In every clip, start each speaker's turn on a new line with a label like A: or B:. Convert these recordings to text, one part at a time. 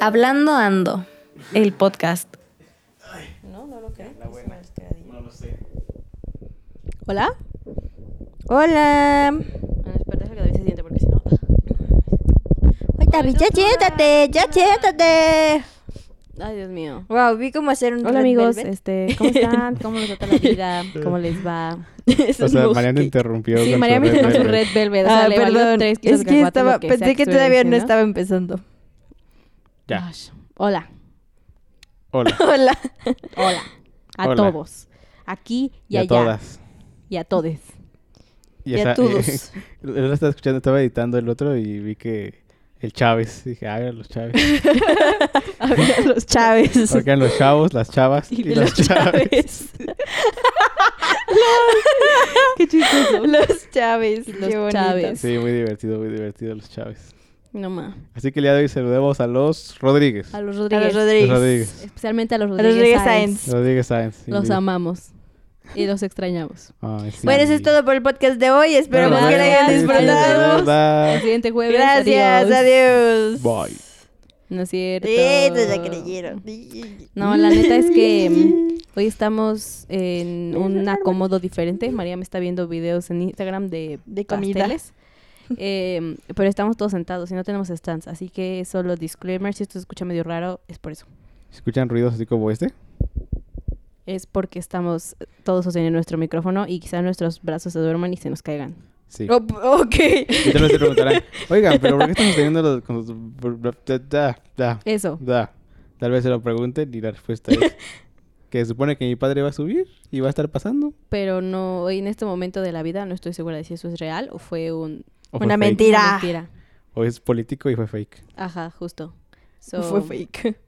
A: Hablando Ando, el podcast.
B: No, no lo creo.
C: No lo sé.
A: ¿Hola?
D: Hola.
B: Bueno, espérate hasta que David se siente porque si no.
D: Ay, David, ya siéntate, ya siéntate.
B: Ay, Dios mío.
D: Wow, vi cómo hacer un
B: Hola
D: red
B: amigos,
D: velvet.
B: este, ¿cómo están? ¿Cómo les trata la vida? ¿Cómo les va?
C: O sea, Mariana interrumpió.
B: Sí,
C: con
B: María
C: su
B: me
C: red
B: hizo su
C: velvet.
B: red velvet. O sea,
D: Ah,
B: le valió
D: perdón.
B: tres kilos
D: Es
B: de
D: que
B: cacahuate,
D: estaba,
B: lo sea
D: pensé que
B: estuviera
D: todavía no
B: diciendo.
D: estaba empezando.
C: Ya.
B: Ash. Hola,
C: Hola.
D: Hola.
B: hola. A
C: Hola.
B: todos. Aquí y,
C: Y a
B: allá.
C: todas.
B: Y a todes.
D: Y a todos.
C: El otro estaba escuchando, estaba editando el otro y vi que el Chávez. Dije, ah, eran los Chávez.
D: Los Chávez.
C: Porque eran los chavos, las chavas y, los, Chávez.
B: Qué chistoso.
D: Los Chávez.
B: Los
D: Qué bonito.
B: Chávez.
C: Sí, muy divertido, muy divertido los Chávez.
B: No más.
C: Así que el día de hoy saludemos a los Rodríguez.
B: A los
D: A
B: Rodríguez.
D: los
C: Los
D: Rodríguez.
C: Rodríguez.
B: Especialmente a los
D: los
B: Rodríguez,
D: Rodríguez
B: Sáenz.
D: Sáenz.
C: Rodríguez Sáenz.
B: Los
C: sí.
B: amamos. Y los extrañamos.
C: Ay, sí.
D: Bueno, eso es todo por el podcast de hoy. Esperamos
B: Bueno,
D: que lo hayan
B: gracias.
D: disfrutado.
B: El
C: Bye.
B: siguiente jueves.
D: Gracias,
B: adiós.
D: adiós.
C: Bye.
B: No es cierto.
D: Sí,
B: pues,
D: te la creyeron.
B: No, la neta es que mm, hoy estamos en un acomodo diferente. María me está viendo videos en Instagram de,
D: De comida.
B: pasteles. Eh, pero estamos todos sentados y no tenemos stands. Así que solo disclaimer, si esto se escucha medio raro, es por eso.
C: ¿Escuchan ruidos así como este?
B: Es porque estamos todos sosteniendo nuestro micrófono y quizá nuestros brazos se duerman y se nos caigan.
C: Sí.
D: Oh, ok.
C: Y tal vez se preguntarán, oigan, pero ¿por qué estamos teniendo los... con los- bla, bla, Da, da, da,
B: Eso.
C: da"? Tal vez se lo pregunten y la respuesta es que se supone que mi padre va a subir y va a estar pasando.
B: Pero no, hoy en este momento de la vida no estoy segura de si eso es real o fue un,
C: ¿O fue
D: Una
C: fake?
D: mentira. Tira.
B: una mentira.
C: O es político y fue fake.
B: Ajá, justo. So,
D: Fue fake.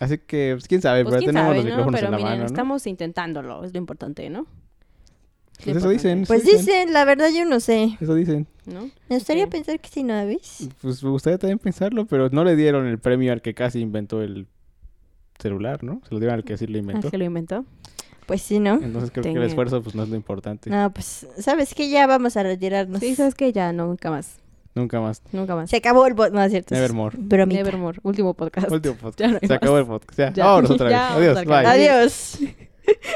C: Así que, pues, quién sabe,
B: Pues
C: pero
B: quién
C: tenemos
B: sabe,
C: los
B: ¿no?
C: micrófonos
B: Pero
C: en la
B: miren,
C: mano, ¿no?
B: estamos intentándolo, es lo importante, ¿no?
C: Pues eso dicen.
D: Pues
C: Sí, sí.
D: dicen, la verdad yo no sé.
C: Eso dicen.
B: Pues, ¿no?
D: Me gustaría
B: Ok.
D: pensar que sí, ¿no ves?
C: Pues me gustaría también pensarlo, pero no le dieron el premio al que casi inventó el celular, ¿no? Se lo dieron al que sí lo inventó.
B: Ah, que lo inventó.
D: Pues sí, ¿no?
C: Entonces creo que
B: Tenía-
C: el esfuerzo pues no es lo importante.
D: No, pues, ¿sabes que Ya vamos a retirarnos.
B: Sí, sabes que ya, no, nunca más.
C: Nunca más.
B: Nunca más.
D: Se acabó el bot, no es cierto.
C: Nevermore.
D: Bromita.
B: Nevermore, último podcast.
C: Último podcast.
B: Ya no hay
C: Pues, Se acabó
B: más.
C: el podcast. Ya,
B: Ya.
C: vámonos otra vez.
B: Ya, vamos
C: Adiós,
B: al
C: bye.
B: canal.
D: Adiós.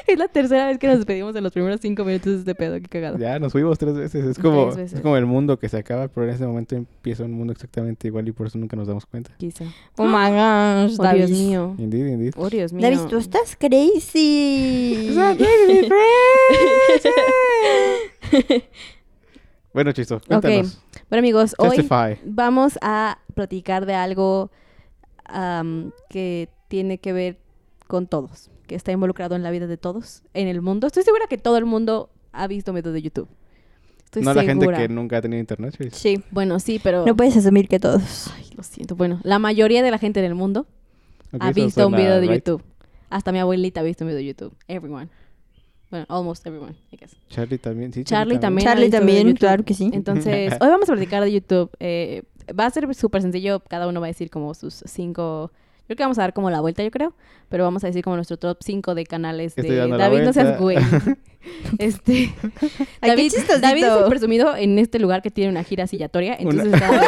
B: Es la tercera vez que nos despedimos en los primeros cinco minutos de este pedo, qué cagado.
C: Ya, nos fuimos tres veces. Es como,
B: Tres veces.
C: es como el mundo que se acaba, pero en ese momento empieza un mundo exactamente igual y por eso nunca nos damos cuenta.
B: Quizá.
D: Oh my gosh,
B: Oh, Dios
D: David.
B: mío.
C: Indeed, indeed.
B: Oh, Dios mío. pues,
D: David, tú estás crazy.
C: Bueno, Chisto, cuéntanos.
B: Bueno, amigos, hoy
C: Testify.
B: vamos a platicar de algo am, que tiene que ver con todos, que está involucrado en la vida de todos, en el mundo. Estoy segura que todo el mundo ha visto método de YouTube. Estoy
C: No la gente
B: segura.
C: que nunca ha tenido internet, Chisto.
D: Sí.
B: Bueno, sí, pero
D: No puedes asumir que todos.
B: Ay, lo siento. Bueno, la mayoría de la gente en el mundo
C: Ok,
B: ha
C: eso
B: visto un
C: suena
B: video de
C: right.
B: YouTube. Hasta mi abuelita ha visto un video de YouTube. Everyone. Bueno, almost everyone, I guess.
C: Charlie también, sí.
B: Charlie también. ha
D: Charlie
B: visto
D: también,
B: YouTube.
D: claro que sí.
B: Entonces, hoy vamos a platicar de YouTube. Eh, va a ser súper sencillo. Cada uno va a decir como sus cinco. Creo que vamos a dar como la vuelta, yo creo. Pero vamos a decir como nuestro top 5 de canales
C: Estoy
B: de.
C: dando la
B: David, no seas güey.
C: vuelta.
B: Este.
D: qué
B: David,
D: chistosito.
B: David es el presumido en este lugar que tiene una gira sillatoria. Entonces
C: Una-
B: está-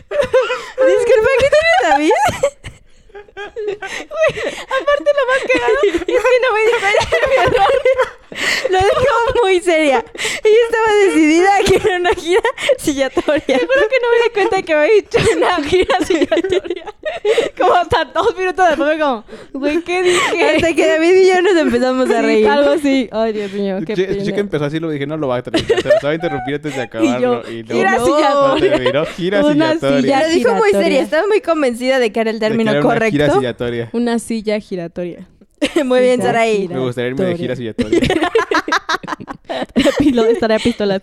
D: Disculpa, ¿qué tiene David?
B: Aparte, lo más cagado es que no me
D: Lo dejó muy seria. Ella estaba decidida a que era una gira sillatoria.
B: Creo que no me di cuenta que me había dicho una gira sillatoria. Como hasta dos minutos después, fue como, güey, ¿qué dije?
D: Hasta que David y yo nos empezamos a reír.
B: Sí, algo así. Ay, Dios mío, qué
C: Yo, yo que
B: pena.
C: empezó así, lo dije, no lo va a terminar. Se lo va a interrumpir antes de acabarlo. Y, no,
B: gira
C: no,
B: sillatoria.
C: terminó, gira
B: Una
C: sillatoria.
B: silla
D: lo dijo muy
B: giratoria.
D: seria. Estaba muy convencida de que era el
C: De que
D: término
C: era una Gira
D: correcto.
C: sillatoria.
B: Una silla giratoria.
D: muy bien,
B: Gira,
D: Saraí.
B: gira.
C: Me gustaría irme de gira sillatoria.
B: Pilo estaré a pistolas.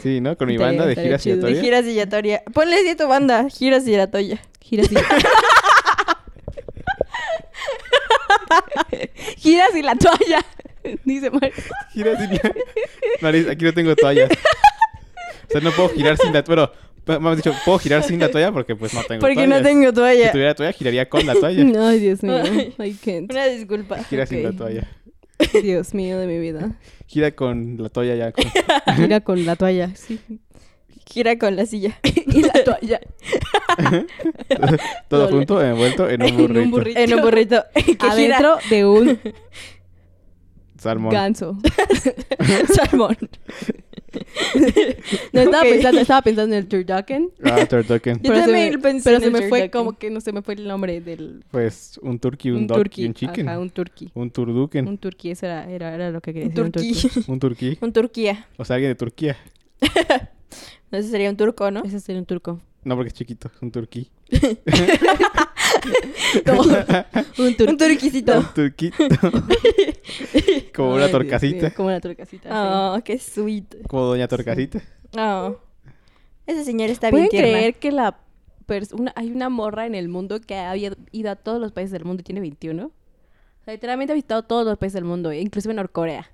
C: Sí, ¿no? Con mi
B: Estaría-
C: banda de
B: estaría
C: gira
B: chido.
D: De
C: sillatoria.
D: gira sillatoria. Ponle así a tu banda. Gira sillatoria.
B: Gira silla. Gira sin la toalla. Dice Mario.
C: Gira sin la- Nariz, aquí no tengo toallas. O sea, no puedo girar sin la... Bueno, Me has dicho, ¿puedo girar sin la toalla? Porque pues no tengo
D: Porque no
C: toallas.
D: tengo
C: Si
D: toalla.
C: tuviera toalla, giraría con la toalla.
B: Ay, Dios mío.
D: Ay.
B: I can't.
D: Una disculpa.
C: Gira sin la
B: ok.
C: toalla.
B: Dios mío de mi vida.
C: Gira con la toalla ya. con-
B: Mira con la toalla. Sí.
D: Gira con la silla. y la toalla.
C: Todo
D: Doble.
C: junto, envuelto en un
B: En un
C: burrito.
B: burrito.
D: En un burrito. que gira.
B: Adentro de un
C: Salmón.
B: ganso.
D: Salmón.
B: No estaba
D: Ok.
B: pensando, estaba pensando en el turducken.
C: Ah, turducken.
D: Yo
B: se
D: también
B: me-
D: pensé
B: pero
D: en
B: se
D: el
B: me fue
D: turducken.
B: como que no se me fue el nombre del
C: Pues un turkey, un,
B: un
C: duck
B: turkey.
C: y un chicken.
B: Ajá,
C: un...
B: un turkey.
C: turducken.
B: Un turkey, eso era, era, era lo que quería
D: Un
B: decir.
D: turquí.
C: Un turquí.
D: Un Turquía.
C: O sea, alguien de Turquía.
D: No sé, sería un turco, ¿no?
B: Ese sería un turco.
C: No, porque es chiquito. Es un turquí.
B: Un
D: Un
B: turquí.
D: turquisito.
C: Un turquito. Como una
B: Ay, Dios
C: torcasita.
B: mío, Como una torcasita. sí.
D: Oh, qué sweet.
C: Como doña torcasita.
D: Oh. Ese señor está bien
B: ¿Pueden
D: tierna.
B: creer que la pers- una- hay una morra en el mundo que ha ido- ido a todos los países del mundo y tiene 21? O sea, literalmente ha visitado todos los países del mundo, eh, inclusive Norcorea.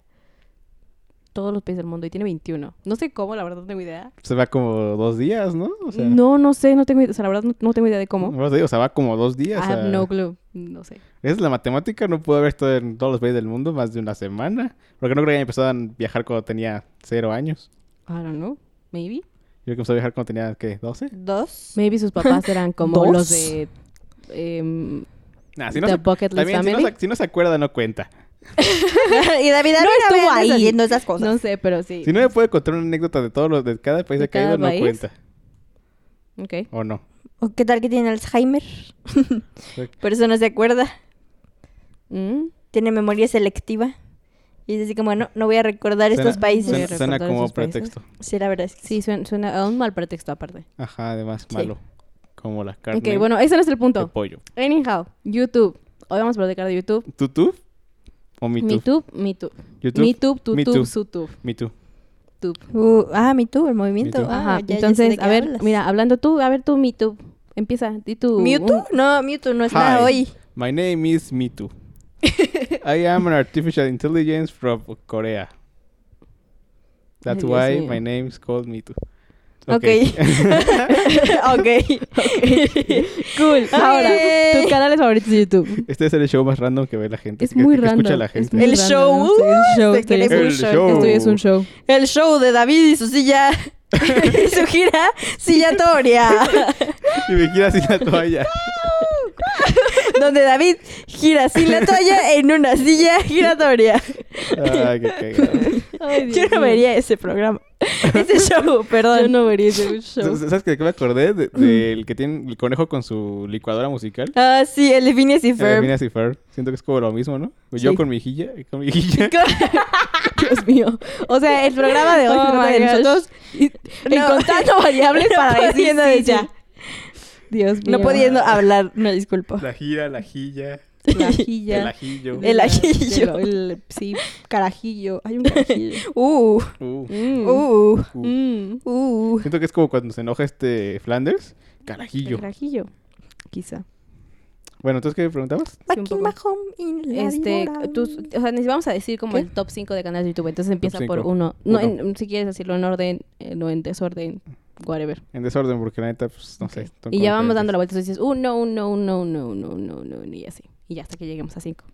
B: Todos los países del mundo y tiene 21. No sé cómo, la verdad no tengo idea.
C: Se va como dos días, ¿no? O sea,
B: no, no sé, no tengo idea. O sea, la verdad no, no tengo idea de cómo.
C: no te digo, O sea, va como dos
B: I
C: días. o
B: have
C: sea,
B: no clue. No sé.
C: Esa es la matemática. No pudo haber estado en todos los países del mundo más de una semana. Porque no creo que haya empezado a viajar cuando tenía cero años.
B: I don't know. Maybe.
C: Yo creo que empezó a viajar cuando tenía, ¿qué? ¿12?
D: Dos.
B: Maybe sus papás eran como
C: ¿Dos?
B: los de... em,
C: Nah, si no
B: The
C: se-
B: Bucket List
C: también, si no,
B: Family.
C: se, si no se acuerda, no cuenta.
D: y David Arvin
B: estuvo
D: hablando
B: ahí.
D: saliendo esas cosas.
B: no sé, pero sí.
C: Si no me puede contar una anécdota de todos los de cada país
B: ¿De
C: que ha ido,
B: cada
C: no
B: país?
C: cuenta.
B: Ok.
C: ¿O no?
D: ¿O qué tal que tiene Alzheimer? Por eso no se acuerda.
B: Mm.
D: Tiene memoria selectiva. Y es así como, no, no voy a recordar estos
C: Suena-
D: países.
C: Suena,
B: Voy a
C: suena
B: recordar
C: como
B: esos países.
C: pretexto.
D: Sí, la verdad es que sí.
B: Sí, suena, suena a un mal pretexto aparte.
C: Ajá, además,
D: Sí.
C: malo. Como la carne
B: Ok, bueno, ese no es el
C: de
B: punto.
C: pollo.
B: Anyhow, YouTube. Hoy vamos a platicar de YouTube.
C: ¿Tutú? ¿O mi tú?
B: MeTube, MeTube.
C: ¿YouTube?
B: MeTube,
C: Me
B: TuTube,
C: Too.
B: SuTube.
C: Mi tú.
B: Tube.
D: Uh, ah, Me Too, el movimiento.
C: Me Too.
D: Ah,
B: Ajá,
D: ya- ya sé de
B: entonces,
D: qué
B: a ver,
D: hablas.
B: mira, hablando tú, a ver tú, MeTube. Empieza, di tú.
D: ¿Mewtwo? No, Mewtwo no está
C: Hi,
D: hoy.
C: My name is Mitu. I am an artificial intelligence from Korea. That's
B: Ay, Dios
C: why
B: mío.
C: my name is called Mitu.
D: Ok. ok.
B: Cool. Ahora,
D: Yay.
B: tus canales favoritos de YouTube.
C: este es el show más random que ve la gente.
B: Es
C: que-
B: muy
C: que escucha
B: random.
C: la
B: es
C: gente.
B: muy
D: El
B: random,
D: show,
B: sí,
D: uh,
B: El show.
D: se
B: esto ya
D: quiere
B: es un
C: El show.
B: Esto ya es un show.
D: El show de David y su silla. y su gira sillatoria.
C: Y me gira así la toalla.
D: donde David gira sin la toalla en una silla giratoria.
C: Ay, Ah, qué cagado.
B: Ay,
D: Yo
B: Dios
D: no
B: mío.
D: vería ese programa. Ese show,
B: Yo
D: perdón.
B: no vería ese show. Mm.
C: S- ¿Sabes qué me acordé? De- Del que tiene el conejo con su licuadora musical. Eh,
D: Ah, sí, el de Phineas y
C: El de
D: Ferb.
C: Phineas y Ferb. Siento que es como lo mismo, ¿no? Yo
B: Sí.
C: con mi hijilla. Con mi hijilla.
B: Dios mío. O sea, el programa de hoy
D: Oh
B: se trata
D: my
B: de
D: gosh.
B: nosotros y-
D: No.
B: encontrando variables
D: No
B: para decir
D: pudiendo
B: sí,
D: decir.
B: ya. Dios mío.
D: No pudiendo hablar, no disculpo.
C: La gira, la jilla.
B: La ajilla.
C: El ajillo.
D: El
B: La-
D: ajillo.
B: El, el- sí, carajillo. Hay un carajillo.
D: Uh,
C: Uh,
B: Mm.
D: uh,
C: uh.
B: Mm.
D: uh.
C: Siento que es como cuando se enoja este Flanders. Carajillo.
B: El carajillo. Quizá.
C: Bueno, entonces, ¿qué me preguntabas?
B: Sí, un
D: Back in
B: poco.
D: my home in la
B: Este,
D: vida.
B: tus, o sea, nos vamos a decir como
D: ¿Qué?
B: el top 5 de canales de YouTube. Entonces empieza por
C: cinco.
B: uno. No,
C: Uno.
B: en- si quieres decirlo en orden, eh, no en desorden, whatever.
C: En desorden, porque la neta, pues, no sé. son
B: Y ya vamos
C: diferentes.
B: dando la vuelta. Entonces dices, uno, uno, uno, uno, uno, uno, uno, uno, y así. Y ya hasta que lleguemos a cinco.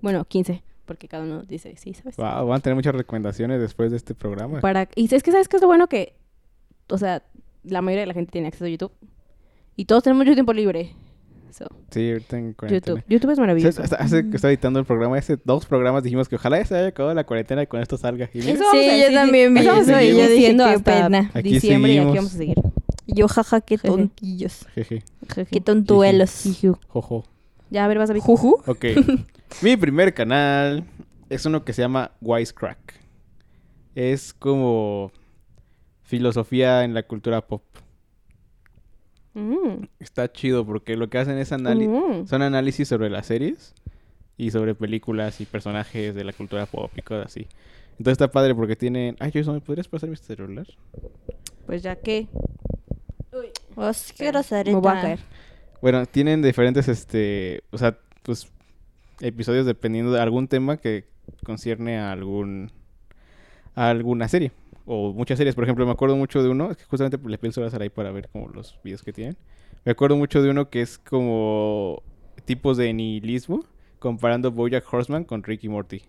B: Bueno, quince, porque cada uno dice, sí, ¿sabes?
C: Wow, van a tener muchas recomendaciones después de este programa.
B: Para... Y es que, ¿sabes qué es lo bueno? Que, o sea, la mayoría de la gente tiene acceso a YouTube. Y todos tenemos mucho tiempo libre. So,
C: Sí, ahorita en cuarentena.
B: YouTube. Mm. YouTube es maravilloso.
C: ¿Sabes? Hasta hace que estaba editando el programa, hace dos programas dijimos que ojalá ya se haya acabado la cuarentena y con esto salga. Y mira,
B: Eso vamos
D: Sí,
B: a
D: yo
B: decir-
D: también vi
B: eso vamos a
C: eso y
B: seguir
C: yo dije,
B: diciendo
D: qué
B: hasta
D: pena.
C: Aquí
B: diciembre y
C: seguimos.
B: aquí vamos a seguir.
D: Yo, jaja, qué
B: Jeje.
D: tontillos.
C: jeje,
D: Qué
B: Jeje.
D: tontuelos.
B: Jiju.
C: jojo.
B: Ya, a ver, vas a ver.
D: Juju.
C: Ok. Mi primer canal es uno que se llama Wisecrack. Es como filosofía en la cultura pop.
B: Mm.
C: Está chido porque lo que hacen es anali-
B: Mm.
C: son análisis sobre las series y sobre películas y personajes de la cultura pop y cosas así. Entonces está padre porque tienen... Ay, Jason, ¿me podrías pasar mi celular?
B: Pues ya que
D: Os Pues, qué
B: me voy a caer.
C: Bueno, tienen diferentes, este, o sea, pues episodios dependiendo de algún tema que concierne a algún a alguna serie o muchas series. Por ejemplo, me acuerdo mucho de uno, es que justamente le pienso a Sarai para ver como los videos que tienen. Me acuerdo mucho de uno que es como tipos de nihilismo, comparando Bojack Horseman con Ricky Morty.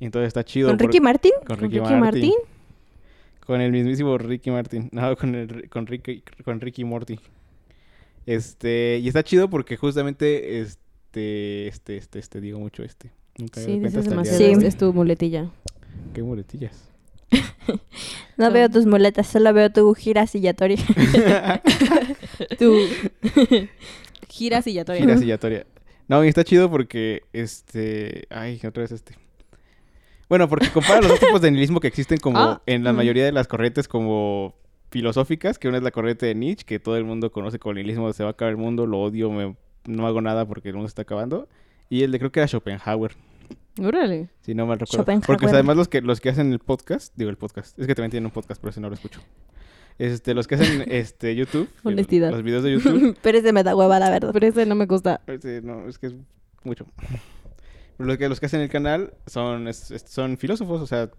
C: Y entonces está chido.
D: ¿Con
C: por-
D: Ricky Martin?
C: con Ricky, Martin. Con el mismísimo Ricky Martin. No, con, el, con, Ricky, con Ricky Morty. Este, y está chido porque justamente este, este, este, este, digo mucho este. Nunca me
B: Sí,
C: doy cuenta
B: dices
C: hasta el día
B: demasiado.
C: de
D: Sí.
B: Es-
C: hoy.
B: Es tu muletilla.
C: Qué muletillas.
D: No veo tus muletas, solo veo tu gira sillatori.
B: Tú. Gira sillatoria.
C: Gira sillatoria. No, y está chido porque, este... Ay, otra vez este. Bueno, porque compara los dos tipos de nihilismo que existen como
B: Ah.
C: en la mayoría de las corrientes como filosóficas, que una es la corriente de Nietzsche, que todo el mundo conoce como el nihilismo, de se va a acabar el mundo, lo odio, me- no hago nada porque el mundo se está acabando. Y el de creo que era Schopenhauer,
B: Órale.
C: si no mal recuerdo.
D: Schopenhauer.
C: Porque o sea, además los que, los que hacen el podcast, digo el podcast, es que también tienen un podcast, pero ese no lo escucho. Este, los que hacen este YouTube, que los-
B: Honestidad.
C: los videos de YouTube,
D: Pero ese me da hueva, la verdad.
B: Pero ese no me gusta.
C: Este, no, es que es mucho. Pero los que, los que hacen el canal son, es- es- son filósofos, o sea,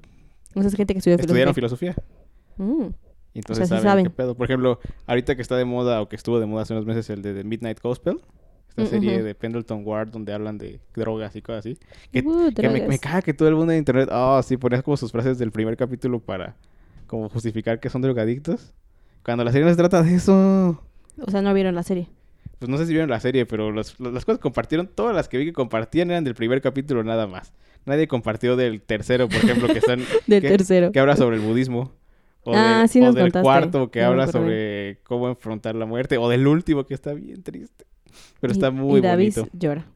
B: O sea, es gente que estudió
C: estudiaron
B: filosofía.
C: filosofía.
B: Mm.
C: Y entonces
B: sí
C: saben,
B: saben.
C: qué pedo. Por ejemplo, ahorita que está de moda o que estuvo de moda hace unos meses el de The Midnight Gospel, esta
B: Mm,
C: serie
B: ujú.
C: de Pendleton Ward donde hablan de drogas y cosas así. Que,
B: Uh,
C: que me,
B: drogas.
C: me caga que todo el mundo en internet, ah, sí, ponías como sus frases del primer capítulo para como justificar que son drogadictos. Cuando la serie no se trata de eso.
B: O sea, no vieron la serie.
C: pues no sé si vieron la serie, pero las, las cosas que compartieron, todas las que vi que compartían eran del primer capítulo nada más. Nadie compartió del tercero, por ejemplo, que están
B: Del
C: que,
B: tercero.
C: que habla sobre el budismo. O,
B: Ah,
C: del,
B: sí
C: o
B: nos
C: del
B: contaste,
C: cuarto que
B: ya me
C: habla
B: acordé.
C: sobre cómo enfrentar la muerte. O del último que está bien triste. Pero está
B: Y-
C: muy
B: y David
C: bonito.
B: llora.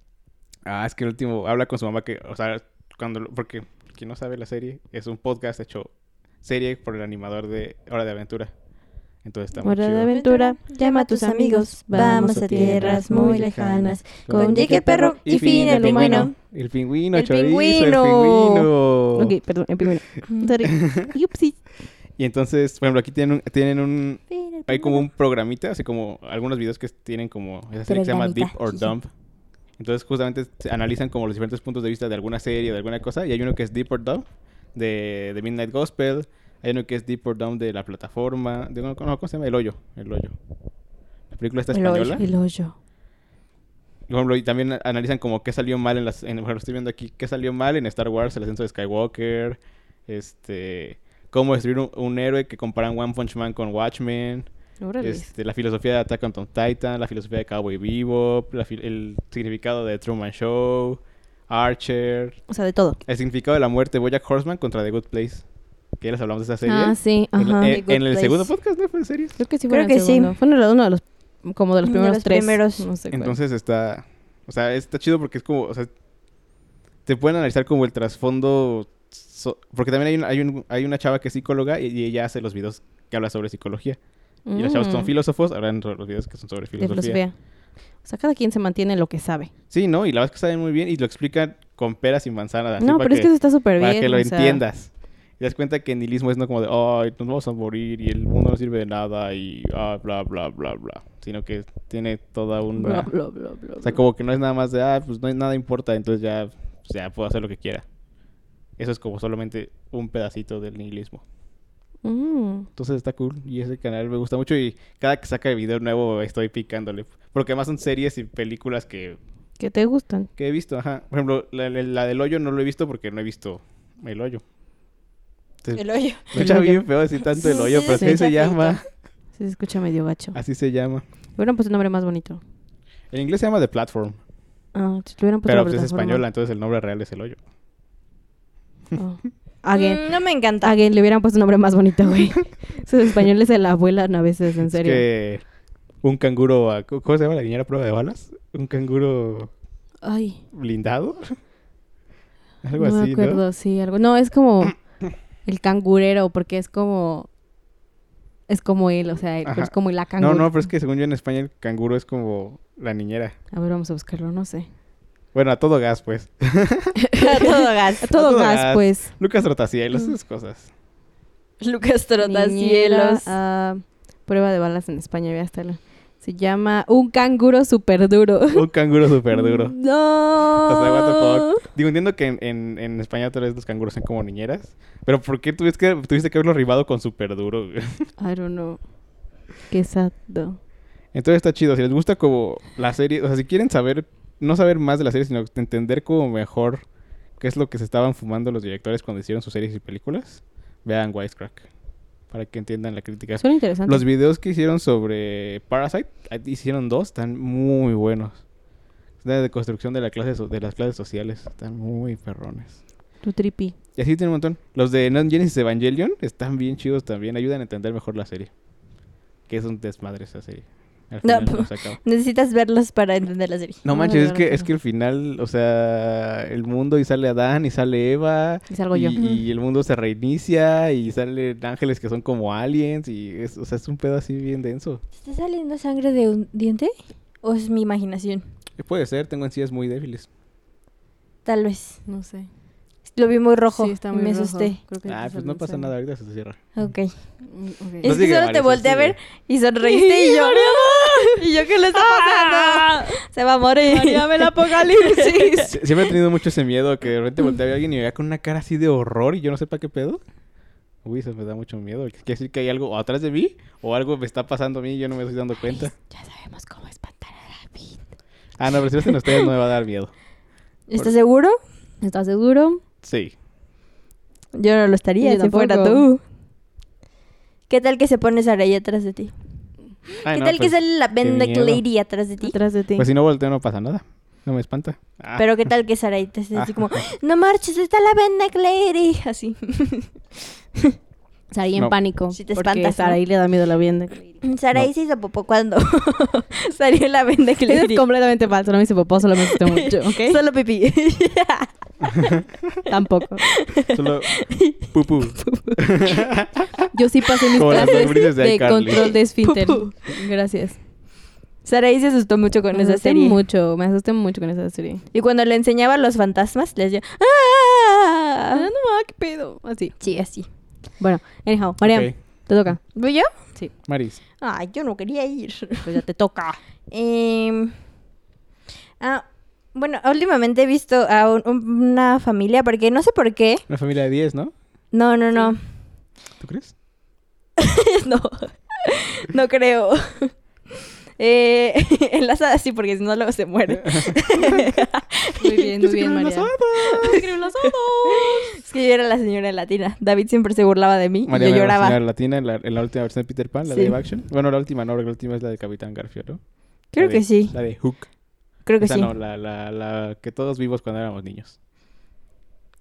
C: Ah, es que el último habla con su mamá que, o sea, cuando, lo- porque quien no sabe la serie, es un podcast hecho serie por el animador de Hora de Aventura. Entonces está muy
B: Hora de
C: chido.
B: aventura,
D: llama a tus amigos, vamos a tierras muy lejanas, con Jake Perro y Finn el pingüino.
C: El pingüino,
D: El
C: chorizo,
D: pingüino.
C: el pingüino.
B: Ok, perdón, en primero. Sorry. Upsi.
C: Y entonces, por ejemplo, aquí tienen un, tienen un... Hay como
D: un...
C: un programita, así como algunos videos que tienen como... Esa serie que se llama Deep
D: Programita,
C: or
D: jiji.
C: Dump. Entonces, justamente se analizan como los diferentes puntos de vista de alguna serie o de alguna cosa. Y hay uno que es Deep or Dump de, de Midnight Gospel. Hay uno que es Deep or Dump de la plataforma. De, no, ¿Cómo se llama? El hoyo. El hoyo. La película está
D: El Hoyo,
C: española.
B: El hoyo.
C: Por ejemplo, y también analizan como qué salió mal en las... En, bueno, estoy viendo aquí qué salió mal en Star Wars, el ascenso de Skywalker, este... Cómo destruir un, un héroe que comparan One Punch Man con Watchmen,
B: Órale.
C: este, la filosofía de Attack on Titan, la filosofía de Cowboy Bebop, la fil- el significado de Truman Show, Archer,
B: O sea, de todo.
C: el significado de la muerte de Bojack Horseman contra The Good Place, que ya les hablamos de esa serie.
B: Ah, sí.
C: En,
B: Ajá.
C: eh,
D: The Good
C: en el
D: Place.
C: segundo podcast, ¿no? Fue en series.
B: Creo que sí
D: Creo
B: fue en el
D: que sí.
B: segundo. Fue uno de- uno de los... Como de los
D: De
B: primeros
D: los
B: tres.
D: primeros.
B: No sé cuál.
C: Entonces está. O sea, está chido porque es como. O sea, te pueden analizar como el trasfondo. so- porque también hay, un- hay, un- hay una chava que es psicóloga y, y ella hace los videos que habla sobre psicología. Y los chavos que son
B: Mm.
C: filósofos, hablan sobre los videos que son sobre
B: De
C: filosofía.
B: filosofía. O sea, cada quien se mantiene en lo que sabe.
C: Sí, ¿no? Y la verdad es que saben muy bien y lo explican con peras y manzanas. así
B: no,
C: para
B: pero es que eso está súper bien.
C: Para que lo
B: o sea,
C: entiendas. Y das cuenta que el nihilismo es no como de, ay, nos vamos a morir y el mundo no sirve de nada y ah, bla, bla, bla, bla. Sino que tiene toda una...
B: Bla, bla, bla, bla,
C: O sea,
B: bla.
C: como que no es nada más de, ah, pues no hay nada importa, entonces ya, pues, ya puedo hacer lo que quiera. Eso es como solamente un pedacito del nihilismo.
B: Mm.
C: Entonces está cool y ese canal me gusta mucho y cada que saca video nuevo estoy picándole. Porque además son series y películas que,
B: Que te gustan.
C: que he visto, ajá. Por ejemplo, la, la- la del hoyo no lo he visto porque no he visto el hoyo. Entonces,
D: El hoyo.
C: Escucha
B: El hoyo.
C: bien feo decir tanto el
D: Sí,
C: hoyo,
D: sí,
C: pero
B: sí,
C: así se
D: sí.
C: llama.
B: Sí, se escucha medio gacho.
C: Así se llama.
B: Le Hubieran puesto un nombre más bonito.
C: En inglés se llama The Platform,
B: Ah, si le hubieran puesto
C: pero
B: la
C: pues es española,
B: plataforma.
C: entonces el nombre real es el hoyo.
B: Oh. Alguien,
D: Mm, no me encanta.
B: alguien le hubieran puesto un nombre más bonito, güey. Esos españoles se la vuelan a veces, en serio.
C: Es que un canguro, a- ¿cómo se llama la niñera prueba de balas? Un canguro
B: Ay,
C: blindado. Algo
B: no
C: así,
B: me acuerdo,
C: ¿no?
B: sí, algo. No, es como el cangurero, porque es como. Es como él, o sea, él-
C: Ajá.
B: es como la canguro.
C: No, no, pero es que según yo en España el canguro es como la niñera.
B: A ver, vamos a buscarlo, no sé.
C: Bueno, a todo gas, pues.
D: A todo gas.
B: A todo
C: todo
B: gas,
C: gas.
B: pues.
C: Lucas Rotacielos, esas cosas.
D: Lucas
B: Niñera,
D: Trotacielos.
B: ah, prueba de balas en España, ya está. la- Sí, Se llama Un canguro super duro.
C: Un canguro súper duro.
B: No.
C: O sea, what the
B: Oh.
C: fuck. Digo, entiendo que en, en, en España tal vez los canguros sean como niñeras. Pero ¿por qué tuviste que, tuviste que haberlo rimado con súper duro? güey?
B: I don't know. Qué exacto.
C: Entonces está chido. Si les gusta como la serie, o sea, si quieren saber, no saber más de la serie, sino entender como mejor qué es lo que se estaban fumando los directores cuando hicieron sus series y películas, vean Wisecrack. Para que entiendan la crítica.
B: Suena interesante.
C: Los videos que hicieron sobre Parasite, ahí hicieron dos, están muy buenos. De de construcción de, la clase so- de las clases sociales, están muy perrones.
B: Tu tripi.
C: Y así tiene un montón. Los de Non Genesis Evangelion están bien chidos también, ayudan a entender mejor la serie. Que es un desmadre esa serie. Al
D: No,
C: final
D: pero-
C: no se acaba.
D: Necesitas verlos para entender la serie.
C: No
B: No,
C: manches,
B: de
C: es que,
B: verdad
C: es que el final, o sea, el mundo y sale Adán y sale Eva.
B: Y salgo yo.
C: Y, y el mundo se reinicia y salen ángeles que son como aliens y es, o sea, es un pedo así bien denso.
D: ¿Está saliendo sangre de un diente? ¿O es mi imaginación?
C: Eh, Puede ser, tengo encías muy débiles.
D: Tal vez.
B: No sé.
D: Lo vi muy rojo.
B: Sí, está
D: y
B: muy
D: me
B: rojo.
D: asusté.
B: Creo que
C: Ah,
B: te
C: pues no
B: salió
C: pasa
B: sangre.
C: nada, ahorita se cierra.
D: Ok.
B: Mm, ok.
D: Es
C: sigue,
D: que solo
C: Marisa,
D: te volteé a
C: sigue.
D: ver y sonreíste y,
B: Y
D: yo.
B: María.
D: ¿Y yo qué le está pasando?
B: ¡Ah!
D: Se va a morir.
B: María, el apocalipsis.
C: Sie- Siempre he tenido mucho ese miedo que de repente voltea a alguien y me vea con una cara así de horror y yo no sepa qué pedo. Uy, eso me da mucho miedo. Quiere decir que hay algo atrás de mí o algo me está pasando a mí y yo no me estoy dando cuenta.
B: ya sabemos cómo espantar a David.
C: Ah, no, pero si lo hacen ustedes no me va a dar miedo.
D: ¿Estás seguro?
B: ¿Estás seguro?
C: Sí.
D: Yo no lo estaría
B: Yo
D: si fuera
B: tampoco.
D: tú. ¿Qué tal que se pone Saraya atrás de ti?
C: Ay,
D: ¿Qué
C: no,
D: tal
C: pues-
D: que sale la Bendek
C: miedo.
D: Lady atrás de ti?
B: Detrás de ti.
C: Pues si no volteo no pasa nada. No me espanta. Ah,
D: Pero qué tal que Saray te esté así
C: Ah.
D: como, no marches, está la Bendek Lady. Así.
B: Estaría en
C: No.
B: pánico.
D: Sí te
B: porque
D: espantas, ¿no?
B: Saraí le da miedo la vienda.
D: Saray
C: No.
D: se hizo popó cuando salió la Bendek
B: Es
D: Lady.
B: completamente falso. No me hice popó, solo me asusté mucho. ¿Ok?
D: Solo pipí.
B: Tampoco.
C: Solo pupú.
B: Yo sí pasé mis
C: Como las
B: clases
C: lombrices de
B: de
C: iCarly.
B: control de esfínter.
D: Pupú.
B: Gracias.
D: Saray se asustó mucho con
B: me
D: esa
B: asusté
D: serie.
B: mucho. Me asusté mucho con esa serie.
D: Y cuando le enseñaba a los fantasmas, le decía,
B: Ah, no
D: ¡Ah!
B: mames, qué pedo. Así.
D: Sí, así.
B: Bueno, anyhow, Mariam,
C: Ok,
B: te toca.
D: ¿Voy yo?
C: Maris.
D: Ay, yo no quería ir.
B: Pues ya te toca.
D: Em, ah, bueno, últimamente he visto a un- un- una familia, porque no sé por qué.
C: Una familia de 10, ¿no?
D: No, no, no.
C: ¿Tú crees?
D: no. no creo. Eh, enlazada sí, porque si no luego se muere.
B: Muy bien, muy bien, Mariam.
D: es que yo era la señora latina. David siempre se burlaba de mí
C: María
D: y yo
C: Vera,
D: lloraba.
C: señora latina en la, en la última versión de Peter Pan, la
D: Sí.
C: live action. Bueno, la última no, la última es la de Capitán Garfio, ¿no?
D: Creo
C: La
D: que
C: de-
D: sí,
C: La de Hook.
D: creo que
C: Esa
D: sí.
C: no, la, la, la que todos vimos cuando éramos niños.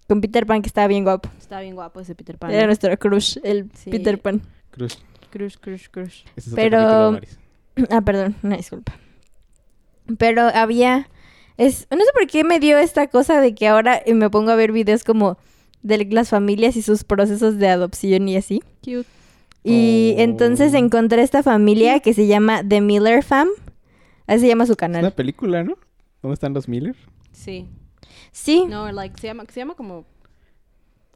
D: Con Peter Pan, que estaba bien guapo.
B: Está bien guapo ese Peter Pan.
D: Era nuestro crush, el
B: Sí.
D: Peter Pan.
C: Cruz.
B: Crush, crush, crush.
C: Este es
D: Pero-
C: otro capítulo, Maris.
D: Ah, perdón, una disculpa. Pero había. Es, no sé por qué me dio esta cosa de que ahora eh, me pongo a ver videos como de las familias y sus procesos de adopción y así.
B: Cute.
D: Y
C: Oh.
D: entonces encontré esta familia que se llama The Miller Fam. Así se llama su
C: Es una
D: canal.
C: película, ¿no? ¿Dónde están los Miller?
B: Sí.
D: Sí.
B: No, like, se llama, se llama como...